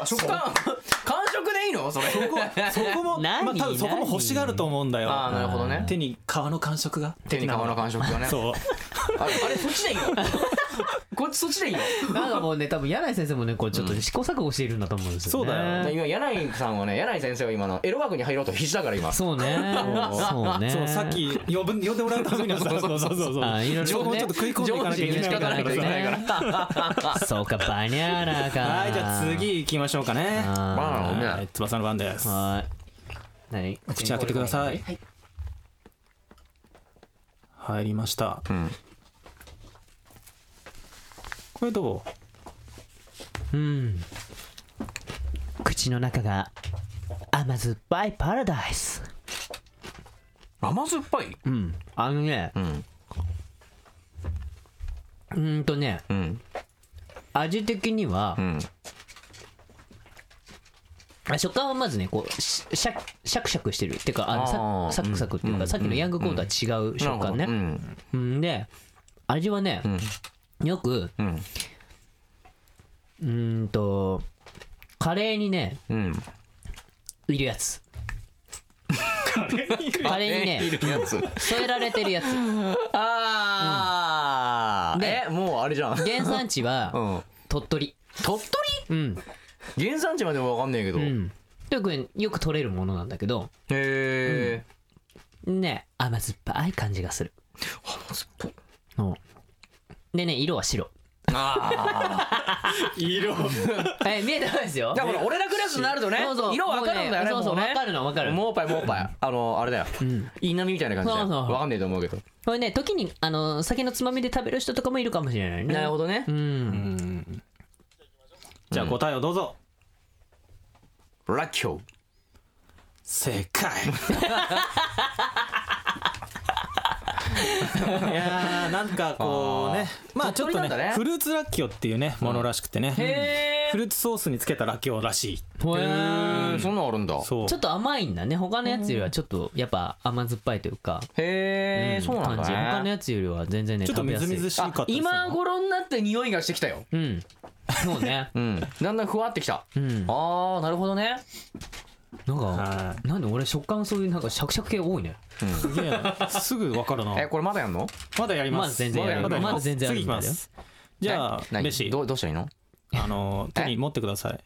Speaker 4: あ食感感触でいいのそれ
Speaker 6: (laughs) そこもまあ
Speaker 3: 何
Speaker 6: 多分そこも欲しがると思うんだよ
Speaker 4: ああなるほどね
Speaker 6: 手に皮の感触が
Speaker 4: 手に皮の感触がね
Speaker 6: そう
Speaker 4: あれあれそっち (laughs) でいいのこっちそっちでいいの
Speaker 3: なんかもうね多分柳井先生もねこうちょっと試行錯誤しているんだと思うんですよね、
Speaker 6: そうだ
Speaker 4: 今柳井さんはね柳井先生は今のエロ枠に入ろうと必死だから今
Speaker 3: そうねそうね
Speaker 6: (laughs) そうさっき呼ぶ呼んでもらうためにはさ (laughs) そうそうそうそう
Speaker 3: あいろいろね
Speaker 6: 情報をちょっと食い込んでいかなきゃいけないか
Speaker 4: 上手に仕方
Speaker 6: ら
Speaker 4: ないといけないか
Speaker 3: そうかバニャーラか
Speaker 6: はいじゃあ次行きましょうかね
Speaker 4: ナナね
Speaker 6: はい翼の番です
Speaker 3: はい何
Speaker 6: 口開けてください
Speaker 3: はい
Speaker 6: 入りました、これどう
Speaker 3: うん口の中が甘酸っぱいパラダイス
Speaker 4: 甘酸っぱい
Speaker 3: うんあのね
Speaker 4: うん
Speaker 3: うーんとね
Speaker 4: うん
Speaker 3: 味的には
Speaker 4: うん
Speaker 3: あ食感はまずねこうしシャクシャクシャクしてるっていうかあ
Speaker 4: あ
Speaker 3: の
Speaker 4: ー
Speaker 3: ササクサクっていうか、さっきのヤングコーンとは違う食感ね、
Speaker 4: うん
Speaker 3: うん、で味はね、よく
Speaker 4: うん
Speaker 3: うーんとカレーにね
Speaker 4: うん
Speaker 3: いるや
Speaker 4: (laughs)
Speaker 3: つ
Speaker 6: カ
Speaker 3: カレーに
Speaker 4: い
Speaker 3: ね
Speaker 4: るやつ
Speaker 3: 添えられてるやつ
Speaker 4: あ
Speaker 3: うん
Speaker 4: ーえもうあれじゃん
Speaker 3: 原産地
Speaker 4: う
Speaker 3: は
Speaker 4: ん
Speaker 3: 鳥取
Speaker 4: 鳥取
Speaker 3: うん
Speaker 4: 原産地までは分かんねえけど
Speaker 3: う
Speaker 4: へ
Speaker 3: んよくよく取れるものなんだけど
Speaker 4: え
Speaker 3: ね甘酸っぱい感じがする甘酸っぱいでね色は白
Speaker 4: ああ
Speaker 6: 色
Speaker 3: (laughs) え見えてないですよ
Speaker 4: (laughs) だから俺らクラスになるとね
Speaker 3: そうそう
Speaker 4: 色分かるんだよね
Speaker 3: もうねそ
Speaker 4: もうね
Speaker 3: うそう分かるの分かる
Speaker 4: もうぱいもうぱいあのあれだよ
Speaker 3: うん
Speaker 4: インナミみたいな感じだよ
Speaker 3: そうそうそう
Speaker 4: 分かんねえと思うけど
Speaker 3: これね時にあの酒のつまみで食べる人とかもいるかもしれないね
Speaker 4: どね
Speaker 3: うん
Speaker 6: じゃあ答えをどうぞ、
Speaker 4: ラッキョウ
Speaker 6: 正
Speaker 4: (laughs)
Speaker 6: 解いやーなんかこうねまあちょっと
Speaker 4: 鳥取なんだ
Speaker 6: ね
Speaker 4: ね
Speaker 6: フルーツラッキョっていうねものらしくてね、フルーツソースにつけたラッキョらしい
Speaker 3: ほえ
Speaker 4: うんそんなんあるんだ
Speaker 6: そう
Speaker 3: ちょっと甘いんだね他のやつよりはちょっとやっぱ甘酸っぱいというか
Speaker 4: へえそうなん
Speaker 3: 感じ他
Speaker 4: だ
Speaker 3: の
Speaker 4: ね
Speaker 3: やつよりは全然ね
Speaker 6: ちょっと
Speaker 3: 食べ
Speaker 6: み
Speaker 3: や
Speaker 6: ず
Speaker 3: すい
Speaker 6: みずしいかった
Speaker 4: あ
Speaker 6: です
Speaker 4: 今頃になって匂いがしてきたよ
Speaker 3: うん (laughs) そうね
Speaker 4: うんだんだんふわってきた
Speaker 3: うん
Speaker 4: ああなるほどね
Speaker 3: なん
Speaker 6: は
Speaker 3: かなんで俺食感そういうなんかシャクシャク系多いね
Speaker 6: すげえすぐわかるな
Speaker 4: えこれまだやんの
Speaker 6: まだやります
Speaker 3: まだ全然
Speaker 4: やる
Speaker 6: やり
Speaker 3: まだ全然ある
Speaker 6: 次いきますじゃあ
Speaker 4: 何
Speaker 6: メシ
Speaker 4: どうどうしたらいいの
Speaker 6: あの手に持ってください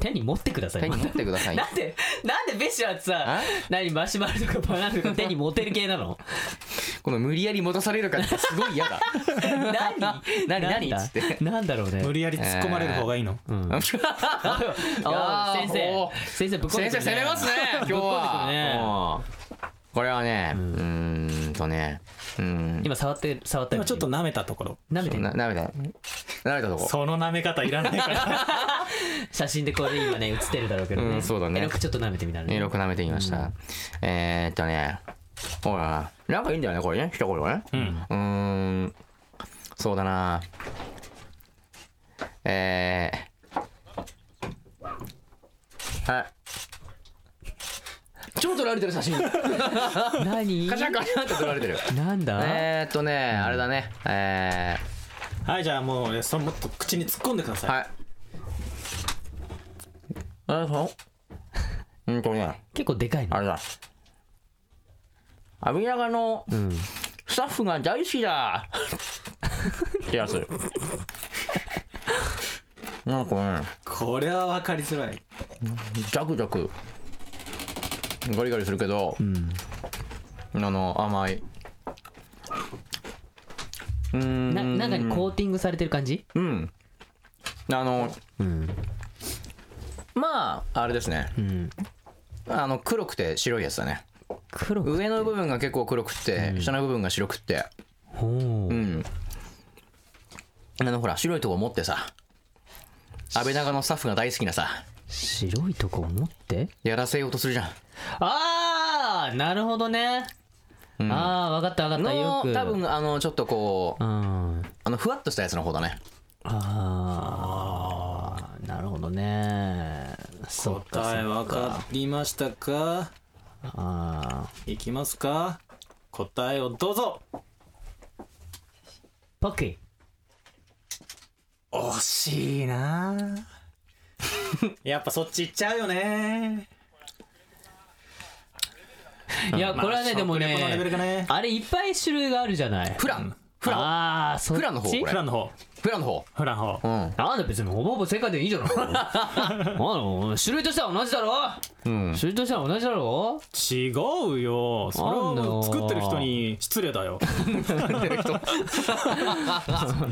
Speaker 3: 手に持ってください
Speaker 4: 手に持ってくださ
Speaker 3: (laughs)
Speaker 4: い
Speaker 3: なんでなんでベシはさ何マシュマロとかバナナとか手に持てる系な
Speaker 4: (laughs)
Speaker 3: の
Speaker 4: この無理やり持たされる感じがすごい嫌だ
Speaker 3: 何
Speaker 4: 何
Speaker 3: なん
Speaker 4: 何
Speaker 3: だ
Speaker 4: っつって
Speaker 3: なんだろうね
Speaker 6: 無理やり突っ込まれる方がいいの
Speaker 3: おー
Speaker 4: やー
Speaker 3: 先生
Speaker 4: おー
Speaker 3: 先生ぶっこんでく
Speaker 4: 先生
Speaker 3: るね
Speaker 4: 攻めますね今日
Speaker 3: ぶっこんでくるね
Speaker 4: はこれはねうーんとねうん
Speaker 3: 今触って触ったり
Speaker 6: 今ちょっと舐めたところ
Speaker 3: 舐めてる
Speaker 4: な舐めた舐めたとこ
Speaker 6: その舐め方いらないから
Speaker 3: 写真でこれ今ね映ってるだろうけど
Speaker 4: う
Speaker 3: ね
Speaker 4: んそうだね
Speaker 3: エロくちょっと舐めてみたら
Speaker 4: えー
Speaker 3: ね
Speaker 4: ろく舐めてみました、えー、っとねほらなんかいいんだよねこれね一言ねうんうーんそうだなえー、はい超撮られてる (laughs) 写真
Speaker 3: 何
Speaker 4: カシャンカシャンって撮られて (laughs) る
Speaker 3: なんだ
Speaker 4: えー、っとねあれだねえ
Speaker 6: はいじゃあもうそれもっと口に突っ込んでくだ
Speaker 4: ー、
Speaker 6: さい、
Speaker 4: はいあそううんとね
Speaker 3: 結構でかい
Speaker 4: あ
Speaker 3: な
Speaker 4: れだ。アビナガのスタッフが大好きだ。ってやつ。なんかね、
Speaker 6: これは分かりづらい
Speaker 4: ザクザク。ガリガリするけど、あの甘い。うーん。
Speaker 3: な中にコーティングされてる感じ
Speaker 4: うん。あの、まああれですね。あの黒くて白いやつだね。
Speaker 3: 黒
Speaker 4: 上の部分が結構黒くって、下の部分が白くって。
Speaker 3: ほう
Speaker 4: うん。あのほら白いとこ持ってさ安倍長のスタッフが大好きなさ
Speaker 3: 白いとこ持って
Speaker 4: やらせようとするじゃん
Speaker 3: ああなるほどね
Speaker 4: ん
Speaker 3: ああ分かった分かったよ
Speaker 4: の
Speaker 3: く
Speaker 4: 多分あのちょっとこう
Speaker 3: うん
Speaker 4: あのふわっとしたやつの方だね
Speaker 3: ああなるほどねそうか
Speaker 6: 答え分かりましたか
Speaker 3: あー
Speaker 6: いきますか答えをどうぞ
Speaker 3: ポッキー
Speaker 6: 惜しいなぁやっぱそっち行っちゃうよね
Speaker 3: いや、これはね、でも
Speaker 6: 食レポのレベル
Speaker 3: ね、
Speaker 6: がね
Speaker 3: あれいっぱい種類があるじゃない。
Speaker 4: プラン
Speaker 3: フラン。ああ、そっち
Speaker 4: フランの方これ
Speaker 6: フランの方
Speaker 4: プランの方
Speaker 6: フランの
Speaker 4: う
Speaker 6: 方
Speaker 4: ん
Speaker 3: なんだ別にほぼほぼ正解でいいじゃ
Speaker 6: (laughs)
Speaker 3: ない。あの種類としては同じだろ。
Speaker 4: うん
Speaker 3: 種類としては同じだろ。
Speaker 6: 違うよそれはもう作ってる人に失礼だよ (laughs)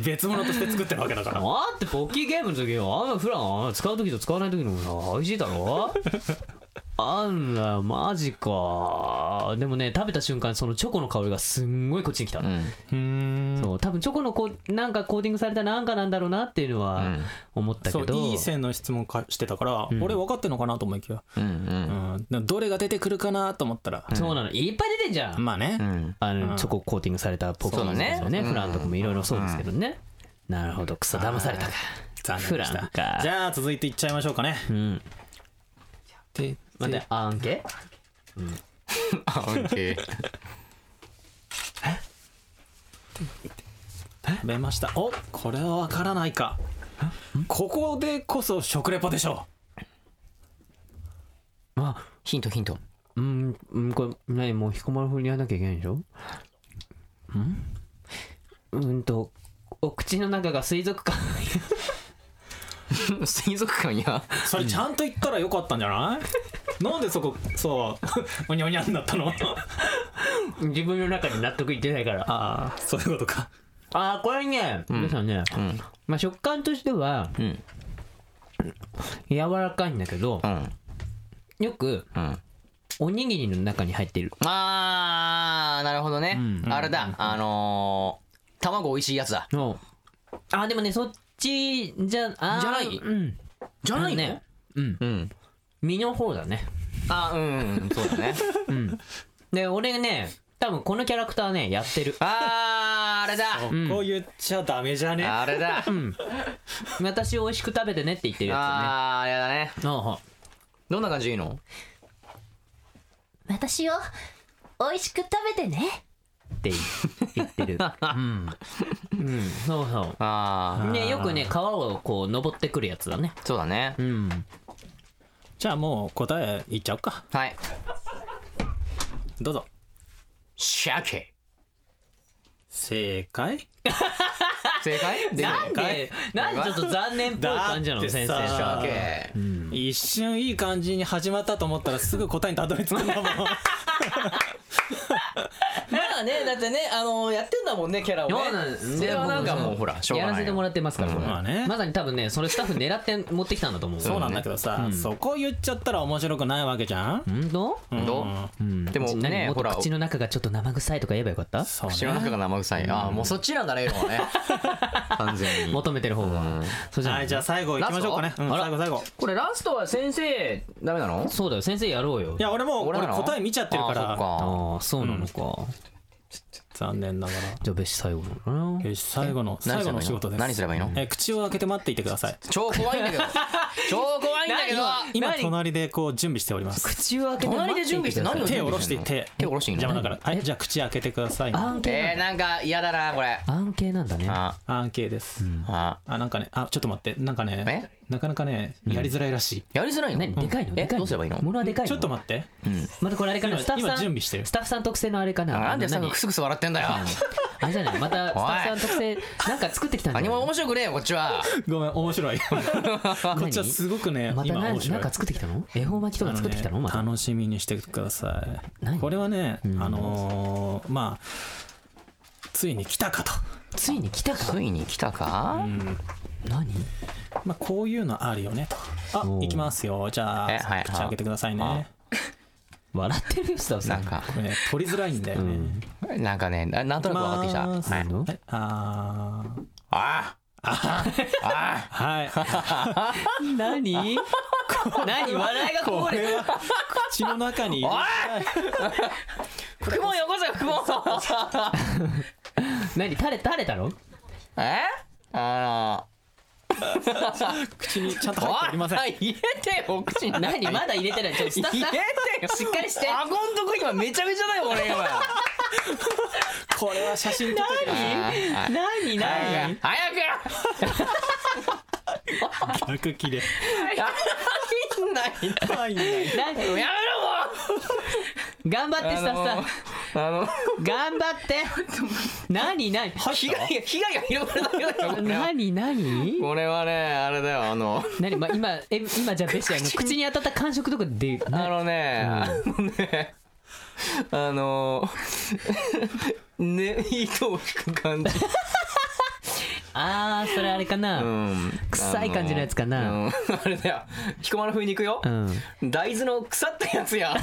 Speaker 6: 別物として作ってるわけだから
Speaker 3: だってポッキーゲームの時よ、あんなフランあの使う時と使わない時の方が美味しいだろ。あんなマジか。でもね、食べた瞬間そのチョコの香りがすんごいこっちに来た。
Speaker 4: うん
Speaker 3: そう多分チョコのこうなんかコーティングされたなんかなんだろうなっていうのは思った
Speaker 6: そ
Speaker 3: け
Speaker 6: う
Speaker 3: ど。
Speaker 6: いい線の質問かしてたから、俺分かってんのかなと思いきや、
Speaker 4: うん
Speaker 6: うん、でもどれが出てくるかなと思ったら、
Speaker 3: そうなの。いっぱい出てんじゃん。
Speaker 6: まあね、
Speaker 4: うんうん
Speaker 3: あのチョココーティングされたポップコーンですよねフランとかもいろいろそうですけどね、なるほどクソ騙されたか
Speaker 6: 残念でし
Speaker 3: フラン
Speaker 6: た
Speaker 3: か
Speaker 6: じゃあ続いていっちゃいましょうかね、
Speaker 3: うん
Speaker 6: で
Speaker 3: 待ってあんけ
Speaker 4: あオッケー
Speaker 6: 食べましたおこれは分からないかここでこそ食レポでしょ
Speaker 3: あ
Speaker 4: (laughs) ヒントヒント
Speaker 3: うんうんこれ何もう彦摩呂風にやらなきゃいけないでしょうんうんとお口の中が水族館 (laughs)
Speaker 4: 水族館や
Speaker 6: うそれちゃんと言ったらよかったんじゃないなんでそこそう (laughs) おにゃおにゃになったの
Speaker 3: 自分の中で納得いってないからあ
Speaker 6: ああそういうことか
Speaker 3: あーこれね皆さんね、まあ、食感としては、
Speaker 4: ん
Speaker 3: 柔らかいんだけど
Speaker 4: うん
Speaker 3: よく
Speaker 4: うん
Speaker 3: おにぎりの中に入っている
Speaker 4: あーなるほどねあれだあのー卵美味しいやつだ
Speaker 3: のあでもねそっちじゃあー
Speaker 4: じゃない
Speaker 3: うん
Speaker 4: じゃないの
Speaker 3: ね
Speaker 4: うん
Speaker 3: 身の方だね
Speaker 4: あうんうんそうだ (laughs) ね
Speaker 3: で俺ね多分このキャラクターねやってる
Speaker 4: あーあれだ
Speaker 6: こう言っちゃダメじゃね
Speaker 4: あれだ
Speaker 3: 私美味しく食べてねって言ってるや
Speaker 4: あああれだね
Speaker 3: つねあ
Speaker 4: どんな感じでいいの
Speaker 1: 私を美味しく食べてね
Speaker 3: って言ってるうん、うん、そうそ
Speaker 4: あ
Speaker 3: うねよくね川をこう登ってくるやつだね
Speaker 4: あそうだね
Speaker 3: うん
Speaker 6: じゃあもう答え言っちゃおうか
Speaker 4: はい
Speaker 6: どうぞ
Speaker 4: 鮭
Speaker 6: 正解
Speaker 4: 正解で
Speaker 3: なんでなんでちょっと残念っぽい感じなの
Speaker 6: だって
Speaker 3: 先生が
Speaker 4: (laughs)
Speaker 6: さ
Speaker 4: 鮭
Speaker 6: 一瞬いい感じ
Speaker 4: (laughs)
Speaker 6: に始まったと思ったらすぐ答えにたどり着くんだもん
Speaker 3: なん
Speaker 7: あねだってねあのやってんだもんねキャラをね
Speaker 3: そうなんです
Speaker 7: それはなんか
Speaker 3: で
Speaker 7: もう
Speaker 3: 僕
Speaker 4: ほらしょうが
Speaker 3: や
Speaker 4: ない
Speaker 3: らせてもらってますから、これ
Speaker 6: まあね
Speaker 3: まさに多分ねそれスタッフ狙って持ってきたんだと思う
Speaker 6: そうなんだけどさ、そこ言っちゃったら面白くないわけじゃん、
Speaker 3: うんど
Speaker 6: うん
Speaker 4: ど
Speaker 3: う
Speaker 4: う
Speaker 3: ん
Speaker 4: でも
Speaker 3: 何
Speaker 4: ね
Speaker 3: もっと
Speaker 4: ほら
Speaker 3: 口の中がちょっと生臭いとか言えばよかった
Speaker 6: そうね
Speaker 4: 口の中が生臭い、ああもうそっちなんだね今のね完全に
Speaker 3: 求めてる方が、そうじゃな
Speaker 6: はいいじゃあ最後行きましょうかね、うん、
Speaker 4: ラス
Speaker 6: 最
Speaker 4: ト
Speaker 6: 後最後
Speaker 4: これラストは先生ダメなの
Speaker 3: そうだよ先生やろうよ
Speaker 6: いや俺もうこ
Speaker 4: 俺
Speaker 6: れ
Speaker 4: なの
Speaker 6: 答え見ちゃってるか
Speaker 4: あ
Speaker 6: ら
Speaker 4: ーそっか
Speaker 3: ああそうなのか、
Speaker 6: 残念ながら
Speaker 3: じゃあ別紙最後なのかな
Speaker 6: よし最後の
Speaker 4: 何
Speaker 6: 最
Speaker 4: すれば
Speaker 6: 後の
Speaker 4: いい
Speaker 6: 仕事
Speaker 4: の
Speaker 6: です
Speaker 4: 何すればいいの
Speaker 6: えー口を開けて待っていてください
Speaker 4: 超怖いんだけど超怖いんだけど
Speaker 6: 今隣でこう準備しております
Speaker 3: 口を開け
Speaker 4: 隣で準備して何を
Speaker 6: 手
Speaker 4: 準備
Speaker 6: を下ろして
Speaker 4: んの
Speaker 6: 手
Speaker 4: 手を下ろしていいの
Speaker 6: 邪魔だからはいじゃあ口開けてください
Speaker 3: 案件
Speaker 4: えー、なんか嫌だなこれ
Speaker 3: 案件なんだね
Speaker 4: あ
Speaker 6: アンケです、
Speaker 4: あ
Speaker 6: あなんかねあちょっと待ってなんかねなかなかねやりづらいらしい、
Speaker 4: やりづらいの
Speaker 3: 何でかいの
Speaker 4: え
Speaker 3: でかいの
Speaker 4: どうすればいいの
Speaker 3: 物はでかいの
Speaker 6: ちょっと待って (laughs)
Speaker 3: またこれあれかな
Speaker 6: 今
Speaker 3: スタッフさん
Speaker 6: 今準備してる
Speaker 3: スタッフさん特製のあれかな
Speaker 4: なんで
Speaker 3: あの
Speaker 4: さんが
Speaker 3: 何
Speaker 4: クスクス笑ってんだよ
Speaker 3: あれじゃないま
Speaker 4: (laughs)
Speaker 3: たスタッフさん特製なんか作ってきたんじゃな
Speaker 4: 何
Speaker 3: い
Speaker 4: も面白くねえよこっちは
Speaker 6: ごめん面
Speaker 3: (laughs)
Speaker 6: 白いこっちはすごくね
Speaker 3: また
Speaker 6: 今
Speaker 3: 何
Speaker 6: 面白
Speaker 3: ないんか作ってきたの恵方巻きとか作ってきたの
Speaker 6: あの
Speaker 3: ま
Speaker 6: ね
Speaker 3: た
Speaker 6: 楽しみにしてください
Speaker 3: 何
Speaker 6: これはね、あのーまあついに来たかと、
Speaker 3: ついに来たか
Speaker 4: ついに来たか
Speaker 3: 何
Speaker 6: まあ、こういうのあるよねとあ
Speaker 3: おー
Speaker 6: 行きますよじゃあ、
Speaker 4: えはい
Speaker 6: 口開けてくださいね
Speaker 3: 笑ってるよスタッフさ
Speaker 4: なんんか
Speaker 6: これね取りづらいんだよね、
Speaker 4: なんかねななんとなく分かってきた
Speaker 6: いきます
Speaker 4: はい
Speaker 3: の
Speaker 6: えあー
Speaker 4: ああああ
Speaker 6: は
Speaker 3: (laughs)
Speaker 6: い
Speaker 3: 何何笑いがこ
Speaker 6: こ
Speaker 3: ぼれ
Speaker 6: れは口の中に入
Speaker 4: 福本よこせ福本
Speaker 3: 何垂れ垂れたの
Speaker 4: えあ
Speaker 6: れ口にちゃんと
Speaker 4: の
Speaker 6: 入っておりません
Speaker 4: おい入れてよ口に
Speaker 3: 何まだ入れてないちょっとスタッフ
Speaker 4: 入
Speaker 3: さ
Speaker 4: れ
Speaker 3: ん
Speaker 4: てよ
Speaker 3: しっかりして
Speaker 4: あごんとこ今めちゃめちゃだよ俺今
Speaker 6: これは写真撮って
Speaker 4: 何
Speaker 3: 何
Speaker 4: 早
Speaker 3: 何
Speaker 4: く早く
Speaker 6: 逆切れ
Speaker 4: やんない
Speaker 6: 怖いね
Speaker 3: 何
Speaker 4: や
Speaker 3: 頑張ってスタッフさん、
Speaker 4: めろもうあ
Speaker 3: 頑張って何何
Speaker 4: の被害が被害が広がるだけだよこれは
Speaker 3: 何何
Speaker 4: これはねあれだよあの
Speaker 3: 何まあ今え今じゃあベシアの口に当たった感触とかで
Speaker 4: あ
Speaker 3: な
Speaker 4: のね、あのね、あの (laughs) ね、糸を引く感じ。
Speaker 3: あーそれあれかな、
Speaker 4: うん。
Speaker 3: 臭い感じのやつかな
Speaker 4: うん、あれだよ。彦摩呂風に行くよ
Speaker 3: う。ん
Speaker 4: 大豆の腐ったやつや。 (laughs)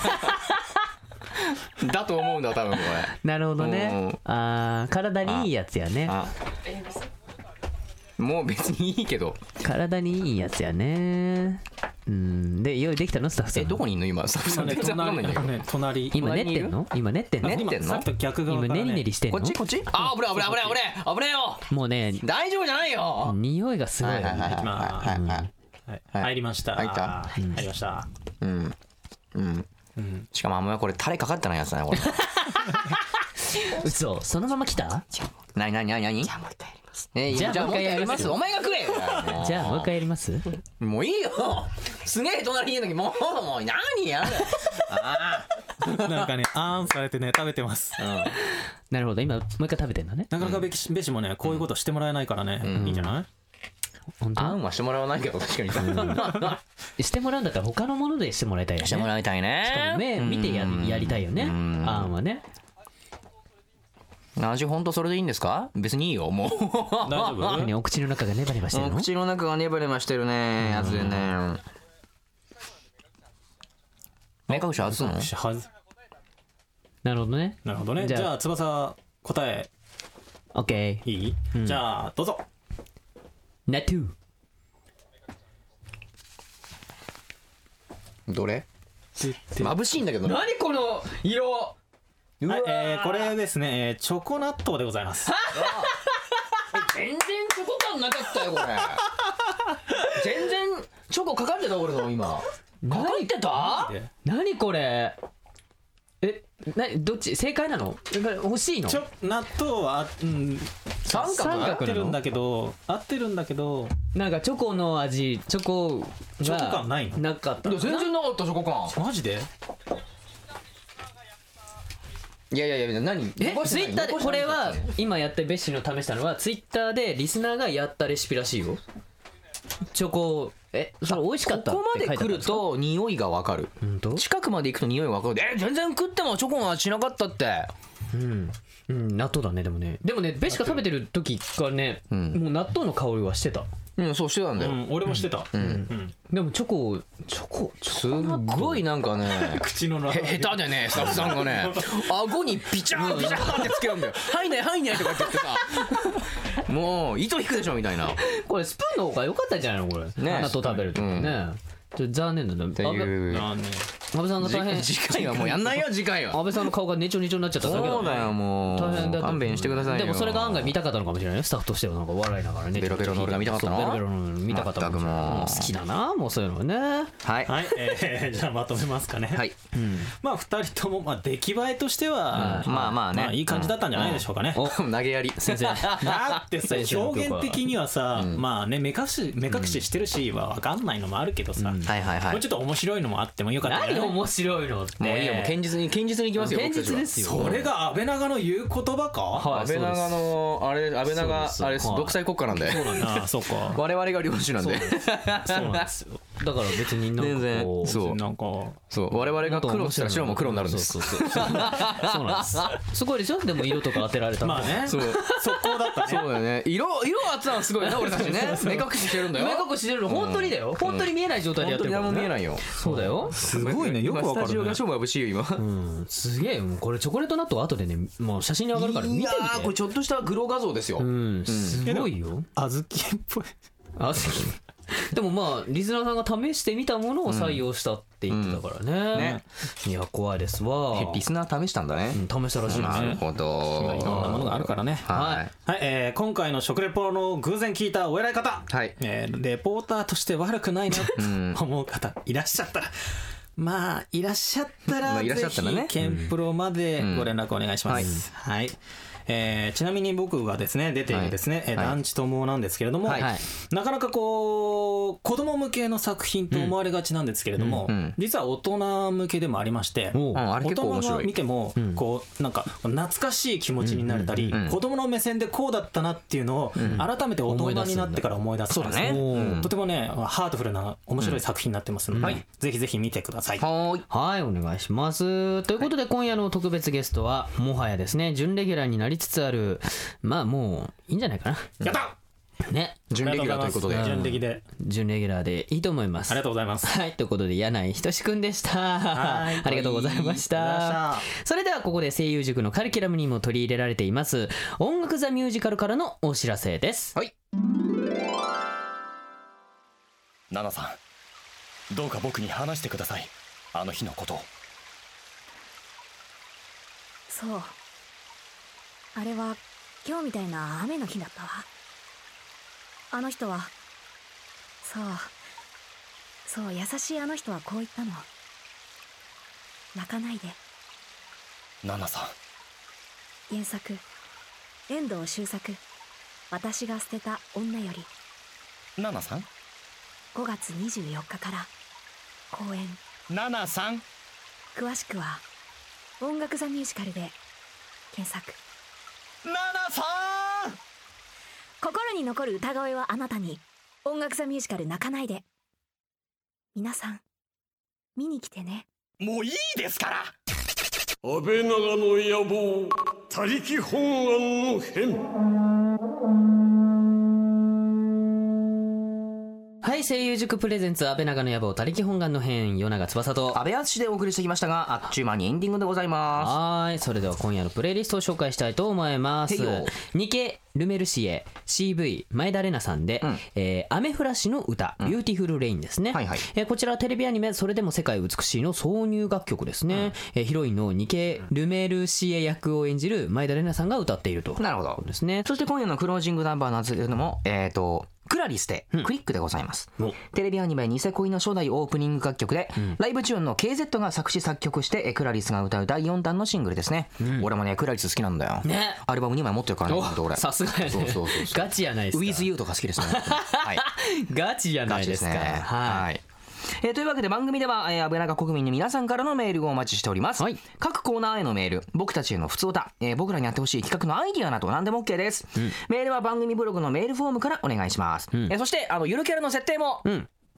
Speaker 4: だと思うんだ、多分これ。
Speaker 3: なるほどねあー体にいいやつやね
Speaker 4: あもう別にいいけど。
Speaker 3: 体にいいやつやねうんで用意できたのスタッフさん
Speaker 4: え、どこにいんの今、スタッフさ
Speaker 6: 今
Speaker 4: ん
Speaker 6: ね
Speaker 4: 全然わかんないんだけ
Speaker 6: 隣
Speaker 4: ど。
Speaker 6: ね隣
Speaker 3: 今練ってんの今練ってんの
Speaker 4: 練ってん
Speaker 6: さっ
Speaker 4: の
Speaker 6: きと逆側
Speaker 3: 今
Speaker 6: から
Speaker 3: ねりねりしてん
Speaker 4: こ
Speaker 3: の
Speaker 4: っちこっちあ、危ない危ない危ない危ない危ないよ
Speaker 3: もうね
Speaker 4: 大丈夫じゃないよ
Speaker 3: 匂いがすごいよね
Speaker 6: いま
Speaker 4: はいはいはい
Speaker 6: はい入りました
Speaker 4: 入った
Speaker 6: 入りました
Speaker 4: うん。うん。しかもあんまりこれタレかかってないやつだね、 (laughs) これ。
Speaker 3: 嘘そのまま来た
Speaker 4: なになになになにじゃあもう一回やります。え
Speaker 3: じ
Speaker 4: じ
Speaker 3: ゃあ
Speaker 4: ゃあもう一回やります。お前が食えよ。
Speaker 3: じゃあもう一回やります
Speaker 4: (laughs) もういいよ。すげえ隣にいる時もうもう何 (laughs) やる。
Speaker 6: なんかね (laughs) あーんされてね食べてます
Speaker 3: なるほど今もう一回食べてんだね
Speaker 6: なかなかべきべしもねこういうことしてもらえないからねいいんじゃない
Speaker 3: 本当
Speaker 4: あんは (laughs) してもらわないけど確かに。
Speaker 3: してもらうんだったら他のものでしてもらいたいよね
Speaker 4: してもらいたい
Speaker 3: しかも
Speaker 4: ね。
Speaker 3: 目見てややりたいよねあんはね
Speaker 4: 味本当それでいいんですか？別にいいよも
Speaker 6: 大丈夫
Speaker 3: 何お口の中がネバネバしてる
Speaker 4: う。
Speaker 3: の
Speaker 4: (laughs) 口の中がネバネバしてるねやつでね。目隠し外すの？
Speaker 6: しはず
Speaker 3: なるほどね
Speaker 6: なるほどね
Speaker 3: じ
Speaker 6: じ
Speaker 3: ゃあ
Speaker 6: ゃあ翼答え
Speaker 3: オッケ
Speaker 6: いいじゃあどうぞ
Speaker 3: ーナトゥ
Speaker 4: どれ？
Speaker 6: は
Speaker 4: 眩しいんだけどね。
Speaker 7: 何この色
Speaker 6: いえーこれですねえーチョコ納豆でございます
Speaker 4: 全然チョコ感なかった (laughs) よこれ全然チョコかかってた俺の今かかってた
Speaker 3: 何これえなどっち正解なのえこれ欲しいの
Speaker 6: ちょ納豆は、うん、
Speaker 4: 三角
Speaker 3: 三
Speaker 6: 合っ
Speaker 3: 角
Speaker 6: て
Speaker 3: な
Speaker 6: るん
Speaker 3: の
Speaker 6: だけど合ってるんだけど
Speaker 3: なんかチョコの味チョコ
Speaker 6: チョコ
Speaker 3: が
Speaker 6: 感ないの
Speaker 3: なかった
Speaker 4: いや全然なかったチョコ感
Speaker 6: マジで
Speaker 4: いやいやいや何
Speaker 3: えツイッターでこれは今やってベッシーの試したのはツイッターでリスナーがやったレシピらしいよチョコえそれ美味しかった
Speaker 4: ここまで来る
Speaker 3: って書いて
Speaker 4: と匂いがわかる
Speaker 3: あるんですか本当
Speaker 4: 近くまで行くと匂いがわかるえ全然食ってもチョコの味しなかったって
Speaker 3: うん、うん、納豆だねでもねでもねベシカ食べてる時がね、
Speaker 4: ん
Speaker 3: もう納豆の香りはしてた
Speaker 4: うんそうしてたんだ
Speaker 6: う
Speaker 4: よ、
Speaker 6: ん、俺もしてた、
Speaker 3: でもチョコをチョコチョ
Speaker 4: すっごいなんかね
Speaker 6: 口の中
Speaker 4: へ下手でねスタッフさんが (laughs) ね顎にビチャーンビチャーンってつけるんだよ「はいねはいね」とかって言ってさもう糸引くでしょみたいな
Speaker 3: これスプーンの方が良かったんじゃないのこれ、納豆食べると
Speaker 4: うん
Speaker 3: ねちょっと残念だね
Speaker 4: っていう
Speaker 6: あのね
Speaker 3: 安倍さんの
Speaker 4: じ
Speaker 3: 大変
Speaker 4: 次回はもうやんないよ次回は
Speaker 3: 安倍さんの顔がねちょねちょになっちゃっただけだね
Speaker 4: そうだよもう
Speaker 3: 大変だと
Speaker 4: 勘弁してくださいよ
Speaker 3: でもそれが案外見たかったのかもしれないよスタッフとしてはなんか笑いながらね
Speaker 4: ベロベロの俺が見たかったの
Speaker 3: そうベロベロの俺見たかったのかもしれない
Speaker 4: 全くもう
Speaker 3: もう好きだなもうそういうのね
Speaker 4: はい
Speaker 6: はい、えー、 (laughs) じゃあまとめますかね
Speaker 4: はい
Speaker 6: まあ2人とも、まあ、出来栄えとしては、
Speaker 4: うんまあまあね
Speaker 6: いい感じだったんじゃないでしょうかね、
Speaker 4: お投げやり先生
Speaker 6: だって (laughs) さ表現的にはさ、まあね目隠し目隠ししてるしは分かんないのもあるけどさ、
Speaker 4: はいはいは
Speaker 6: もう
Speaker 4: い
Speaker 6: ちょっと面白いのもあってもよかっ
Speaker 4: (laughs)
Speaker 6: た
Speaker 3: 何
Speaker 6: ね
Speaker 3: 面白いのって
Speaker 4: もういいよもう堅実に堅実にいきますよ
Speaker 3: 堅実ですよ
Speaker 6: それが安倍長の言う言葉か
Speaker 3: はい
Speaker 4: 安倍長のあれ安倍長
Speaker 3: そうです
Speaker 4: あれです
Speaker 3: はい
Speaker 4: 独裁国家なんで
Speaker 6: ああそうか
Speaker 4: 我々が領主なんで
Speaker 6: (laughs) そうなんですよ
Speaker 3: だから別になん
Speaker 4: 全
Speaker 3: かこ
Speaker 4: 然
Speaker 3: う
Speaker 4: そう
Speaker 6: なんか
Speaker 4: そう我々が黒したら白も黒になるんです
Speaker 3: そうそうそうそうなんですすごいでしょでも色とか当てられたら
Speaker 6: まあね
Speaker 4: そう
Speaker 6: 速攻だったね
Speaker 4: そうだよね色色あったのすごいな俺たちね目隠ししてるんだよ
Speaker 3: 目隠ししてるの本当にだよ本当に見えない状態でや
Speaker 4: 本
Speaker 3: って
Speaker 4: 当
Speaker 3: る
Speaker 4: に
Speaker 3: から
Speaker 4: 何も見えないいよ
Speaker 3: そうだよ
Speaker 6: すごいねよく
Speaker 4: 今
Speaker 6: 分
Speaker 4: ス
Speaker 6: か
Speaker 4: タジ
Speaker 6: る
Speaker 4: オ
Speaker 6: ね
Speaker 4: が超眩しいよ今
Speaker 3: うんすげえよもうこれチョコレート納豆後でねもう写真に上がるから見てみ
Speaker 4: い
Speaker 3: て
Speaker 4: やーこれちょっとしたグロ画像ですよ
Speaker 3: うんすごいよ
Speaker 6: 小豆っぽい
Speaker 3: あそう (laughs) でもまあリスナーさんが試してみたものを採用したって言ってたからね,、
Speaker 4: ね
Speaker 3: いや怖いですわ
Speaker 4: リスナー試したんだね
Speaker 3: うん試したらしいで
Speaker 4: な
Speaker 3: す
Speaker 4: る
Speaker 3: ね
Speaker 4: ほ
Speaker 6: いろんなも
Speaker 4: ど
Speaker 6: のがあるからね
Speaker 4: はい
Speaker 6: はい、えー今回の食レポの偶然聞いたお偉い方、
Speaker 4: はい
Speaker 6: えーレポーターとして悪くないなと思う方いらっしゃったら、まあいらっしゃったら、
Speaker 4: まあいらっしゃったらね
Speaker 6: ぜひケンプロまでご連絡お願いします、はいえーちなみに僕がですね出ているですね、えー
Speaker 4: はい
Speaker 6: 団地友なんですけれども、
Speaker 4: はいはい
Speaker 6: なかなかこう子供向けの作品と思われがちなんですけれども、
Speaker 4: うんうん
Speaker 6: 実は大人向けでもありまして、
Speaker 3: おう
Speaker 4: うんあれ
Speaker 6: 大
Speaker 4: 結構
Speaker 6: 人
Speaker 4: 面
Speaker 6: が
Speaker 4: 白
Speaker 6: 見
Speaker 4: い
Speaker 6: てもこうなんか懐かしい気持ちになれたり
Speaker 4: うんうん
Speaker 6: 子供の目線でこうだったなっていうのを改めて大人になってから思い出すそうだ
Speaker 4: ねうん
Speaker 6: とてもねハートフルな面白い作品になってますのでぜひぜひ見てください
Speaker 4: はーい
Speaker 3: はいお願いしますということで今夜の特別ゲストはもはやですね準レギュラーになりつつあるまあもういいんじゃないか
Speaker 6: やった
Speaker 3: なね
Speaker 4: 準レギュラーということで
Speaker 6: ありがございます準レギで
Speaker 3: 準レギュラーでいいと思います
Speaker 6: ありがとうございます
Speaker 3: はいということで柳井ひとしくんでした
Speaker 6: はい
Speaker 3: ありがとうございまし
Speaker 6: ありがとうござい
Speaker 3: た
Speaker 6: ま
Speaker 3: それではここで声優塾のカリキュラムにも取り入れられています音楽ザミュージカルからのお知らせです
Speaker 8: ナナさんどうか僕に話してくださいあの日のことを
Speaker 9: そうあれは今日みたいな雨の日だったわあの人はそうそう優しいあの人はこう言ったの泣かないで
Speaker 8: ナナさん
Speaker 9: 原作遠藤周作私が捨てた女より
Speaker 8: ナナさん
Speaker 9: 5月24日から公演
Speaker 8: ナナさん
Speaker 9: 詳しくは音楽座ミュージカルで検索
Speaker 8: ナナさん
Speaker 9: 心に残る歌声はあなたに音楽座ミュージカル泣かないで皆さん見に来てね
Speaker 8: もういいですから
Speaker 2: 安倍長の野望他力本願の変
Speaker 3: はい声優塾プレゼンツ安倍長の野望他力本願の編与永翼と
Speaker 4: 安倍淳でお送りしてきましたがあっちゅう間にエンディングでございま
Speaker 3: はーいそれでは今夜のプレイリストを紹介したいと思います
Speaker 4: へいよ
Speaker 3: ニケ・ルメルシエ CV 前田玲奈さんで、
Speaker 4: うん
Speaker 3: えー雨降らしの歌「ビューティフルレイン」ですね、
Speaker 4: はいはい
Speaker 3: えーこちらはテレビアニメ「それでも世界美しい」の挿入楽曲ですね、えーヒロインのニケ・ルメルシエ役を演じる前田玲奈さんが歌っていると
Speaker 4: すなるほど
Speaker 3: ですね
Speaker 4: そして今夜のクロージングナンバーなんですけれども、えー、と、クラリスで、クリックでございます。テレビアニメニセ恋の初代オープニング楽曲で、ライブチューンの KZ が作詞作曲して、えクラリスが歌う第4弾のシングルですね。俺もね、クラリス好きなんだよ。
Speaker 3: ね
Speaker 4: アルバム2枚持ってるからね、俺。
Speaker 3: さすがやね
Speaker 4: そうそうそうそう
Speaker 3: ガチやないです
Speaker 4: ウ
Speaker 3: か
Speaker 4: ィズユーとか好
Speaker 3: (laughs)
Speaker 4: きですね。はい。
Speaker 3: ガチやな
Speaker 4: ガ
Speaker 3: い
Speaker 4: チで
Speaker 3: です
Speaker 4: す
Speaker 3: か
Speaker 4: ね。
Speaker 3: はい
Speaker 4: はい。えーというわけで番組では、えー、安倍長国民の皆さんからのメールをお待ちしております、
Speaker 3: はい
Speaker 4: 各コーナーへのメール僕たちへの普通歌、えー僕らにやってほしい企画のアイディアなど何でも OK です、メールは番組ブログのメールフォームからお願いします、えーそしてあのゆるキャラの設定も、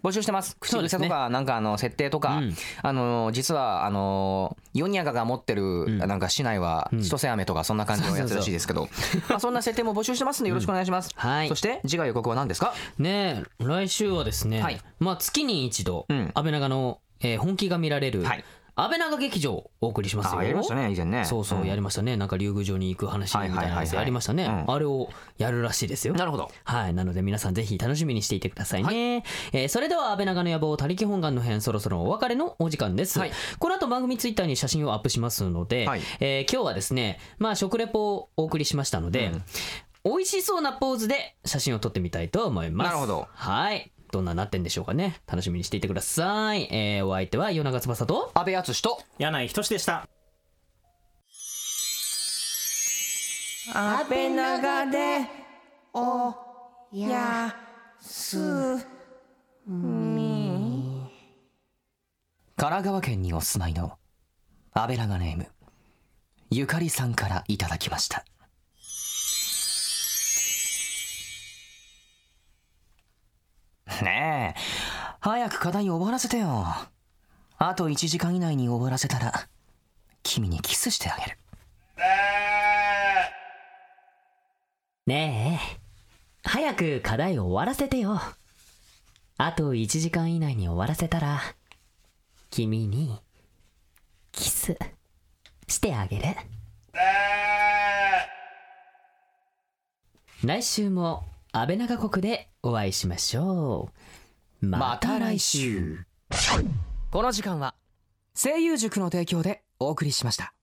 Speaker 4: 募集してます口癖
Speaker 3: そう
Speaker 4: と
Speaker 3: です
Speaker 4: か、なんかあの設定とか、
Speaker 3: うん
Speaker 4: あの実はあのヨニアガが持ってる、なんか市内は千歳飴とかそんな感じのやつらしいですけど、まあ、そんな設定も募集してますんでよろしくお願いします、
Speaker 3: はい
Speaker 4: そして次回予告は何ですか
Speaker 3: ねえ来週はですね、
Speaker 4: はい
Speaker 3: まあ月に一度、
Speaker 4: うん
Speaker 3: 安倍長の、えー本気が見られる、
Speaker 4: はい
Speaker 3: 安倍長劇場をお送りします
Speaker 4: あ
Speaker 3: よ
Speaker 4: あやりましたね以前ね
Speaker 3: そうそう、
Speaker 4: ん
Speaker 3: やりましたねなんか竜宮城に行く話みたいな
Speaker 4: はいはいは
Speaker 3: や
Speaker 4: い
Speaker 3: つ
Speaker 4: はい
Speaker 3: やりましたね、
Speaker 4: うん
Speaker 3: あれをやるらしいですよ
Speaker 4: なるほど
Speaker 3: はいなので皆さんぜひ楽しみにしていてくださいね、えーそれでは安倍長の野望他力本願の編そろそろお別れのお時間です、
Speaker 4: はい
Speaker 3: この後番組ツイッターに写真をアップしますので、
Speaker 4: はい
Speaker 3: えー今日はですねまあ食レポをお送りしましたので、美味しそうなポーズで写真を撮ってみたいと思います
Speaker 4: なるほど
Speaker 3: はいどんななってんでしょうかね楽しみにしていてください、えーお相手は夜長翼と
Speaker 4: 安倍敦と
Speaker 6: 柳井仁でした
Speaker 1: 安倍長でおや
Speaker 4: 神奈川県にお住まいの安倍長ネームゆかりさんからいただきましたねえ早く課題を終わらせてよあと1時間以内に終わらせたら君にキスしてあげる
Speaker 5: ねえ早く課題を終わらせてよあと1時間以内に終わらせたら君にキスしてあげる
Speaker 3: 来週も安倍長国でお会いしましょうまた来週
Speaker 4: この時間は声優塾の提供でお送りしました